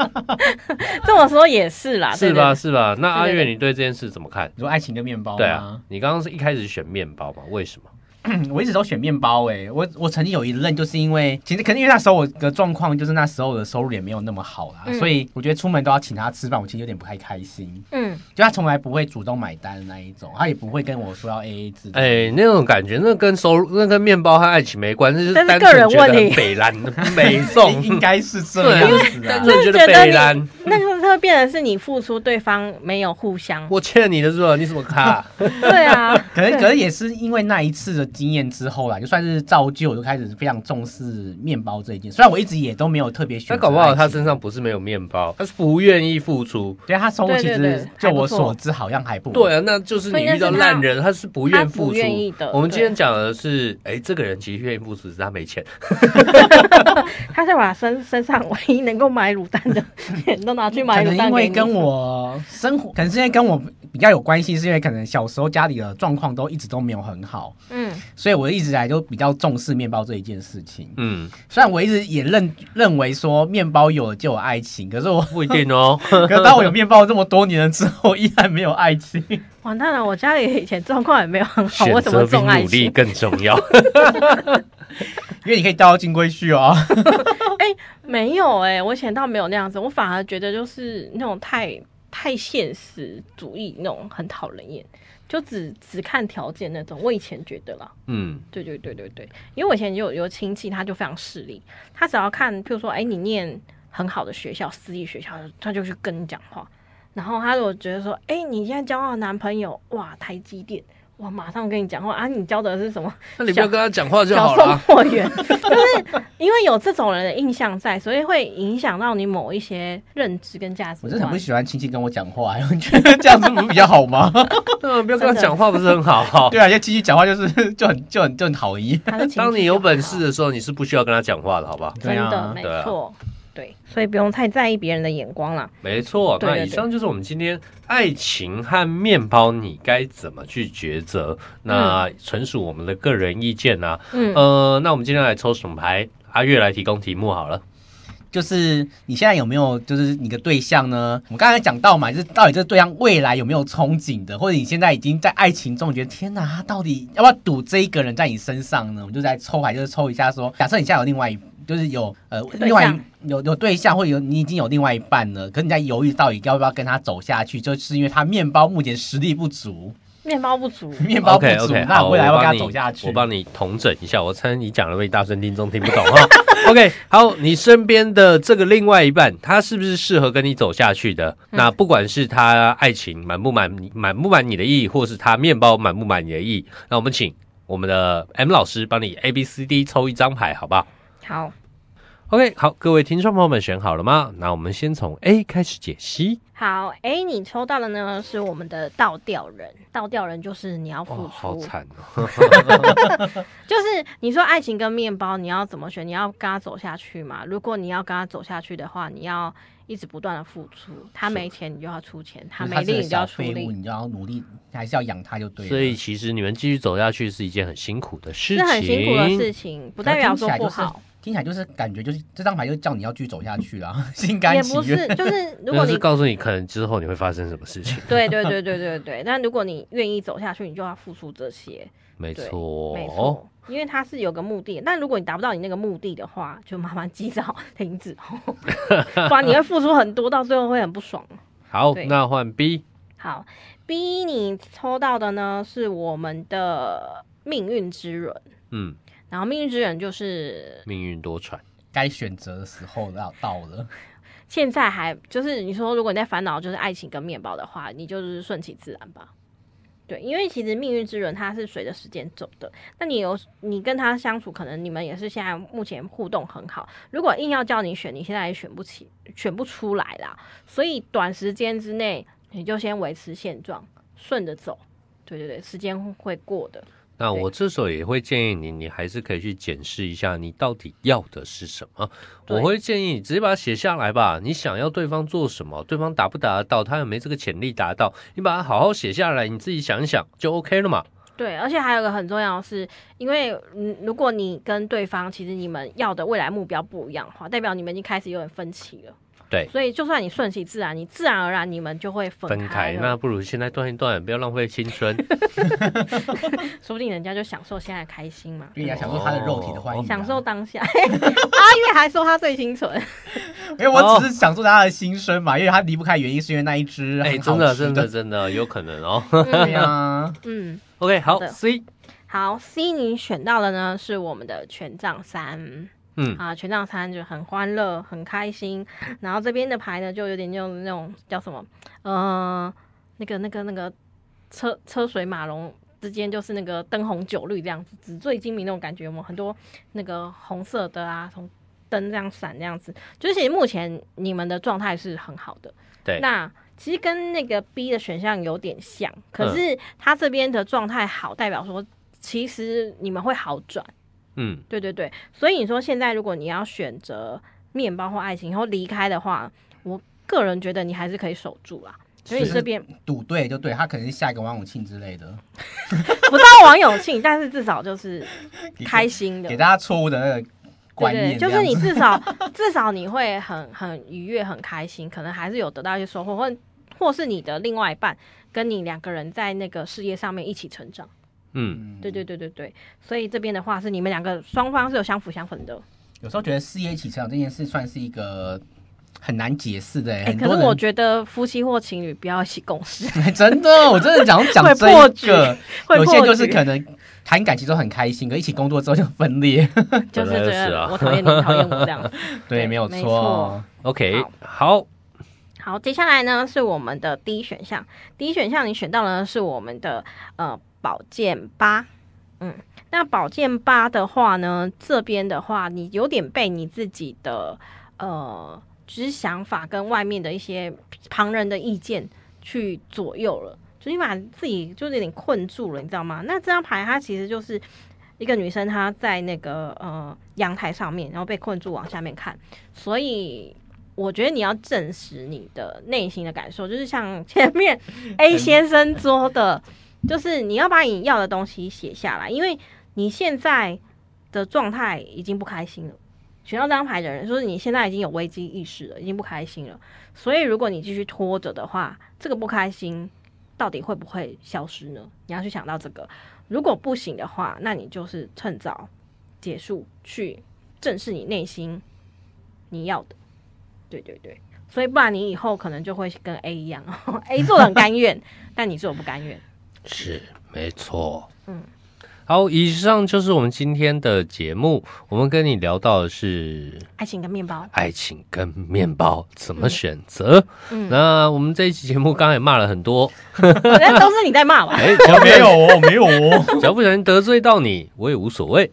[SPEAKER 5] 这么说也是啦，
[SPEAKER 3] 是
[SPEAKER 5] 啊对对
[SPEAKER 3] 吧？
[SPEAKER 5] 对
[SPEAKER 3] 是吧？那阿
[SPEAKER 5] 对对啊
[SPEAKER 3] 月，
[SPEAKER 5] 对
[SPEAKER 3] 你对这件事怎么看？啊
[SPEAKER 4] 你说爱情跟面包吗？
[SPEAKER 3] 对啊，你刚刚是一开始选面包嘛？为什么？
[SPEAKER 4] 我一直都选面包哎、我我曾经有一任就是因为，其实可能因为那时候我的状况就是那时候我的收入也没有那么好啦，
[SPEAKER 5] 嗯
[SPEAKER 4] 所以我觉得出门都要请他吃饭，我其实有点不太开心。
[SPEAKER 5] 嗯，
[SPEAKER 4] 就他从来不会主动买单的那一种，他也不会跟我说要 A A 制。
[SPEAKER 3] 哎、那种感觉，那跟收入、那跟面包和爱情没关系，就是单纯觉得很北蓝、北
[SPEAKER 4] 应
[SPEAKER 3] 宋，
[SPEAKER 4] 应该是这样子
[SPEAKER 3] 对，单
[SPEAKER 4] 啊。
[SPEAKER 3] 纯觉得北蓝，
[SPEAKER 5] 那个会变成是你付出，对方没有互 相。
[SPEAKER 3] 我欠你的是吧？你什么 咖？
[SPEAKER 5] 对啊，
[SPEAKER 4] 可能可能也是因为那一次的经验之后啦，就算是造就，我就开始非常重视面包这一件。虽然我一直也都没有特别选择
[SPEAKER 3] 那
[SPEAKER 4] 爱情，
[SPEAKER 3] 搞不好他身上不是没有面包，他是不愿意付出。
[SPEAKER 4] 对他收入其
[SPEAKER 5] 对对
[SPEAKER 4] 实
[SPEAKER 5] 对
[SPEAKER 4] 就我
[SPEAKER 5] 还不错
[SPEAKER 4] 所知好像还不
[SPEAKER 3] 对啊，那就是你遇到烂人，他是不愿付
[SPEAKER 5] 他
[SPEAKER 3] 出
[SPEAKER 5] 不愿意的。
[SPEAKER 3] 我们今天讲的是，哎、这个人其实愿意付出，只是他没钱。
[SPEAKER 5] 他是把身身上唯一能够买卤蛋的钱都拿去买
[SPEAKER 4] 可
[SPEAKER 5] 卤
[SPEAKER 4] 能
[SPEAKER 5] 蛋
[SPEAKER 4] 因
[SPEAKER 5] 给
[SPEAKER 4] 为
[SPEAKER 5] 你
[SPEAKER 4] 跟我生活，可能是因为跟我比较有关系，是因为可能小时候家里的状况都一直都没有很好，
[SPEAKER 5] 嗯
[SPEAKER 4] 所以我一直以来都比较重视面包这一件事情。
[SPEAKER 3] 嗯，
[SPEAKER 4] 虽然我一直也认认为说面包有了就有爱情，可是 我
[SPEAKER 3] 不一定哦。
[SPEAKER 4] 可是当我有面包这么多年了之后，依然没有爱情。
[SPEAKER 5] 完蛋了，我家里以前状况也没有很好，
[SPEAKER 3] 选
[SPEAKER 5] 我怎么
[SPEAKER 3] 择比
[SPEAKER 5] 重爱
[SPEAKER 3] 努力
[SPEAKER 5] 情？
[SPEAKER 3] 更重 要。
[SPEAKER 4] 因为你可以倒到金龟婿 哦。
[SPEAKER 5] 没有哎、我以前倒没有那样子，我反而觉得就是那种太太现实主义那种很讨人厌，就只只看条件那种。我以前觉得啦，
[SPEAKER 3] 嗯，
[SPEAKER 5] 对对对对对，因为我以前有有亲戚，他就非常势利，他只要看，譬如说，哎，你念很好的学校，私立学校，他就去跟你讲话。然后他如果觉得说，哎，你现在交到的男朋友，哇，台积电，哇，马上跟你讲话啊，你交的是什么
[SPEAKER 3] 那你不要跟他讲话就
[SPEAKER 5] 小
[SPEAKER 3] 好
[SPEAKER 5] 送
[SPEAKER 3] 了。
[SPEAKER 5] 货员？ 就是因为有这种人的印象在，所以会影响到你某一些认知跟价值
[SPEAKER 4] 我
[SPEAKER 5] 观。
[SPEAKER 4] 真的很不喜欢亲戚跟我讲话，我觉得这样子不是比较好 吗？
[SPEAKER 3] 嗯，不要跟他讲话，不是很好？
[SPEAKER 4] 对啊，因为亲戚讲话就是就很就很就很讨厌。
[SPEAKER 5] 他的亲 戚
[SPEAKER 3] 当你有
[SPEAKER 5] 就好
[SPEAKER 3] 本事的时候，你是不需要跟他讲话的，好吧？
[SPEAKER 5] 真
[SPEAKER 4] 对
[SPEAKER 5] 的
[SPEAKER 4] 啊
[SPEAKER 5] 没
[SPEAKER 3] 对啊
[SPEAKER 5] 错，对，所以不用太在意别人的眼光啦。
[SPEAKER 3] 没错，
[SPEAKER 5] 对
[SPEAKER 3] 那
[SPEAKER 5] 对
[SPEAKER 3] 以
[SPEAKER 5] 对
[SPEAKER 3] 上就是我们今天爱情和面包，你该怎么去抉择？那纯属我们的个人意见啊。
[SPEAKER 5] 嗯，
[SPEAKER 3] 呃，那我们今天来抽什么牌？阿月来提供题目好了。
[SPEAKER 4] 就是你现在有没有就是你的对象呢？我们刚才讲到嘛，就是到底这个对象未来有没有憧憬的，或者你现在已经在爱情中，你觉得天哪，他到底要不要赌这一个人在你身上呢？我们就来抽牌，就是抽一下说，假设你现在有另外一，就是有呃
[SPEAKER 5] 象
[SPEAKER 4] 另外一有有对象，或者有你已经有另外一半了，可你在犹豫到底要不要跟他走下去，就是因为他面包目前实力不 足，
[SPEAKER 5] 面包不足。
[SPEAKER 4] 面 包不
[SPEAKER 3] OK
[SPEAKER 4] 足
[SPEAKER 3] OK，
[SPEAKER 4] 那
[SPEAKER 3] 好，
[SPEAKER 4] 未来要不要
[SPEAKER 3] 我
[SPEAKER 4] 跟他
[SPEAKER 3] 帮
[SPEAKER 4] 走
[SPEAKER 3] 你
[SPEAKER 4] 下去？
[SPEAKER 3] 我帮你统整一下，我猜你讲的被大声听众听不懂哈。OK，好，你身边的这个另外一半，他是不是适合跟你走下去的？
[SPEAKER 4] 嗯
[SPEAKER 3] 那不管是他爱情满不满你满不满你的意，或是他面包满不满你的意，那我们请我们的 M 老师帮你 A B C D 抽一张牌，好不好
[SPEAKER 5] 好，
[SPEAKER 3] ？OK，好，各位听众朋友们选好了吗？那我们先从 A 开始解析。
[SPEAKER 5] 好，哎、你抽到的呢是我们的倒吊人，倒吊人就是你要付出，
[SPEAKER 3] 哦，好惨哦。
[SPEAKER 5] 就是你说爱情跟面包你要怎么选？你要跟他走下去嘛？如果你要跟他走下去的话，你要一直不断的付出，他没钱你就要出钱，他
[SPEAKER 4] 就是
[SPEAKER 5] 没
[SPEAKER 4] 是
[SPEAKER 5] 力
[SPEAKER 4] 个
[SPEAKER 5] 你就要
[SPEAKER 4] 小
[SPEAKER 5] 出
[SPEAKER 4] 废物，
[SPEAKER 5] 力，
[SPEAKER 4] 你就要努力，还是要养他就对了。啊
[SPEAKER 3] 所以其实你们继续走下去是一件很辛苦的事情，
[SPEAKER 5] 是很辛苦的事情，不代表说不好，
[SPEAKER 4] 听起来就是感觉就是这张牌就叫你要继续走下去啦， 心甘
[SPEAKER 5] 也
[SPEAKER 4] 情
[SPEAKER 5] 不
[SPEAKER 4] 愿。
[SPEAKER 5] 是，就是
[SPEAKER 3] 那
[SPEAKER 5] 如果
[SPEAKER 3] 是
[SPEAKER 5] 你。
[SPEAKER 3] 告诉你可能之后你会发生什么事情。
[SPEAKER 5] 对对对对对对，但如果你愿意走下去，你就要付出这些，
[SPEAKER 3] 没
[SPEAKER 5] 对
[SPEAKER 3] 错，哦
[SPEAKER 5] 没错，因为它是有个目的。但如果你达不到你那个目的的话，就麻烦及早停止 哦，不然你会付出很多，到最后会很不爽。
[SPEAKER 3] 好，
[SPEAKER 5] 对
[SPEAKER 3] 那换 B，
[SPEAKER 5] 好，B 你抽到的呢是我们的命运之轮，
[SPEAKER 3] 嗯，
[SPEAKER 5] 然后命运之轮就是
[SPEAKER 3] 命运多舛，
[SPEAKER 4] 该选择的时候要到了，
[SPEAKER 5] 现在还就是你说如果你在烦恼就是爱情跟面包的话，你就是顺其自然吧。对，因为其实命运之轮它是随着时间走的。那你有你跟他相处，可能你们也是现在目前互动很好。如果硬要叫你选，你现在也选不起，选不出来啦。所以短时间之内，你就先维持现状，顺着走。对对对，时间会过的。
[SPEAKER 3] 那
[SPEAKER 5] 对
[SPEAKER 3] 我这时候也会建议你，你还是可以去检视一下你到底要的是什么。
[SPEAKER 5] 对
[SPEAKER 3] 我会建议你直接把它写下来吧，你想要对方做什么，对方达不达得到，他有没这个潜力达到，你把它好好写下来，你自己想一想就 OK 了嘛。
[SPEAKER 5] 对，而且还有一个很重要的是，因为嗯，如果你跟对方其实你们要的未来目标不一样的话，代表你们已经开始有点分歧了。
[SPEAKER 3] 对
[SPEAKER 5] 所以就算你顺其自然，你自然而然你们就会分
[SPEAKER 3] 分开，
[SPEAKER 5] 了
[SPEAKER 3] 那不如现在断一断，不要浪费青 春。
[SPEAKER 5] 说不定人家就享受现在的开心嘛，
[SPEAKER 4] 对呀，享受他的肉体的欢愉啊，
[SPEAKER 5] 享受当下。 阿月还说他最清纯，
[SPEAKER 4] 因为我只是想说他的心声嘛，因为他离不开原因是因为那一只
[SPEAKER 3] 哎、
[SPEAKER 4] 很好
[SPEAKER 3] 真的，
[SPEAKER 4] 吃
[SPEAKER 3] 真的，，真的有可能哦。
[SPEAKER 4] 对啊
[SPEAKER 5] 嗯
[SPEAKER 4] 呀，
[SPEAKER 5] 嗯，
[SPEAKER 3] OK，好
[SPEAKER 5] 好的
[SPEAKER 3] ，C，
[SPEAKER 5] 好，C 你选到的呢是我们的权杖三。
[SPEAKER 3] 嗯，
[SPEAKER 5] 啊，权杖三就很欢乐、很开心。然后这边的牌呢，就有点用那种叫什么，呃，那个、那个、那个车车水马龙之间，就是那个灯红酒绿这样子，纸醉金迷那种感觉。有没有很多那个红色的啊，从灯这样闪那样子。就是其实目前你们的状态是很好的。
[SPEAKER 3] 对
[SPEAKER 5] 那其实跟那个 B 的选项有点像，
[SPEAKER 3] 嗯
[SPEAKER 5] 可是他这边的状态好，代表说其实你们会好转。
[SPEAKER 3] 嗯，
[SPEAKER 5] 对对对，所以你说现在如果你要选择面包或爱情，然后离开的话，我个人觉得你还是可以守住啦。所以
[SPEAKER 4] 是
[SPEAKER 5] 这边
[SPEAKER 4] 赌对就对，他可能是下一个王永庆之类的，
[SPEAKER 5] 不到王永庆，但是至少就是开心的
[SPEAKER 4] 给，大家错误的那个观
[SPEAKER 5] 对对，
[SPEAKER 4] 念，
[SPEAKER 5] 就是你
[SPEAKER 4] 这样子
[SPEAKER 5] 至少 至少你会很很愉悦、很开心，可能还是有得到一些收获，或或是你的另外一半跟你两个人在那个事业上面一起成长。
[SPEAKER 3] 嗯，
[SPEAKER 4] 嗯
[SPEAKER 5] 对对对对对，所以这边的话是你们两个双方是有相辅相成的。
[SPEAKER 4] 有时候觉得事业起成长这件事算是一个很难解释的、欸，
[SPEAKER 5] 哎、
[SPEAKER 4] 很
[SPEAKER 5] 可
[SPEAKER 4] 多
[SPEAKER 5] 是我
[SPEAKER 4] 人
[SPEAKER 5] 觉得夫妻或情侣不要一起共事。
[SPEAKER 4] 真的，我真的讲讲
[SPEAKER 5] 会
[SPEAKER 4] 这
[SPEAKER 5] 破
[SPEAKER 4] 一
[SPEAKER 5] 局
[SPEAKER 4] 个，
[SPEAKER 5] 会
[SPEAKER 4] 有
[SPEAKER 5] 破
[SPEAKER 4] 些人就是
[SPEAKER 5] 局
[SPEAKER 4] 可能谈感情都很开心，可一起工作之后就分裂，
[SPEAKER 5] 就是
[SPEAKER 3] 本来
[SPEAKER 5] 觉
[SPEAKER 3] 就是啊
[SPEAKER 5] 得我 讨厌你，讨厌我这样。
[SPEAKER 4] 对，没有
[SPEAKER 5] 没
[SPEAKER 4] 错
[SPEAKER 5] 错，
[SPEAKER 3] OK，好，
[SPEAKER 5] 好，接下来呢是我们的第一选项，第一选项你选到的呢是我们的呃宝剑八，嗯，那宝剑八的话呢，这边的话你有点被你自己的呃就是想法跟外面的一些旁人的意见去左右了，就是你把自己就是有点困住了，你知道吗？那这张牌它其实就是一个女生她在那个呃阳台上面，然后被困住往下面看，所以。我觉得你要证实你的内心的感受，就是像 前面 A 先生说的，就是你要把你要的东西写下来，因为你现在的状态已经不开心了。选到这张牌的人，就是你现在已经有危机意识了，已经不开心了。所以如果你继续拖着的话，这个不开心到底会不会消失呢？你要去想到这个。如果不行的话，那你就是趁早结束，去正视你内心你要的。对对对，所以不然你以后可能就会跟 A 一样 ，A 做的很甘愿，但你做的不甘愿。
[SPEAKER 3] 是没错。
[SPEAKER 5] 嗯，
[SPEAKER 3] 好，以上就是我们今天的节目。我们跟你聊到的是
[SPEAKER 5] 爱情跟面包，
[SPEAKER 3] 爱情跟面包怎么选择。
[SPEAKER 5] 嗯，
[SPEAKER 3] 那我们这一期节目刚才也骂了很 多，
[SPEAKER 5] 那都是你在骂吧？
[SPEAKER 3] 哎、只要不
[SPEAKER 4] 没有哦，没有 哦。
[SPEAKER 3] 只要不小心得罪到你，我也无所谓。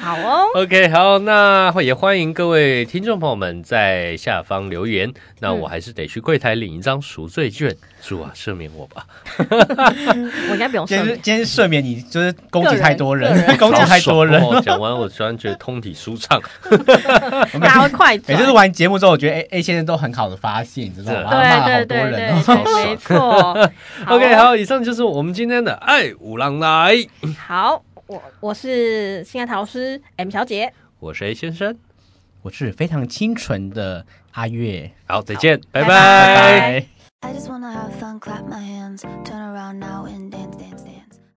[SPEAKER 5] 好哦，
[SPEAKER 3] OK，好，那也欢迎各位听众朋友们在下方留
[SPEAKER 4] 嗯
[SPEAKER 3] 言。那我还是得去柜台领一张赎罪券，主啊赦免我吧，
[SPEAKER 5] 我应该不用
[SPEAKER 4] 今
[SPEAKER 5] 说
[SPEAKER 4] 天
[SPEAKER 5] 你
[SPEAKER 4] 是。今天赦免你，就是攻击
[SPEAKER 5] 个人
[SPEAKER 4] 太多人
[SPEAKER 5] 个，人
[SPEAKER 4] 攻击太多人
[SPEAKER 3] 好。爽哦讲完，我突然觉得通体舒畅，
[SPEAKER 5] 大家会快
[SPEAKER 4] 每
[SPEAKER 5] 转。
[SPEAKER 4] 次录完节目之后，我觉得 A A 先生都很好的发泄，你知道
[SPEAKER 3] 是
[SPEAKER 4] 吗？骂
[SPEAKER 5] 对
[SPEAKER 4] 好
[SPEAKER 5] 对
[SPEAKER 4] 多
[SPEAKER 5] 对
[SPEAKER 4] 人哦。
[SPEAKER 5] 对对，没错。
[SPEAKER 3] OK，好，以上就是我们今天的爱五郎来，
[SPEAKER 5] 好，我我是性爱塔罗师 M 小姐，
[SPEAKER 3] 我是 A 先生，
[SPEAKER 4] 我是非常清纯的阿月，
[SPEAKER 3] 好，再见，拜
[SPEAKER 5] 拜
[SPEAKER 3] 拜
[SPEAKER 5] 拜。
[SPEAKER 4] 拜。
[SPEAKER 2] I just wanna have fun, clap my hands, turn around now and dance, dance.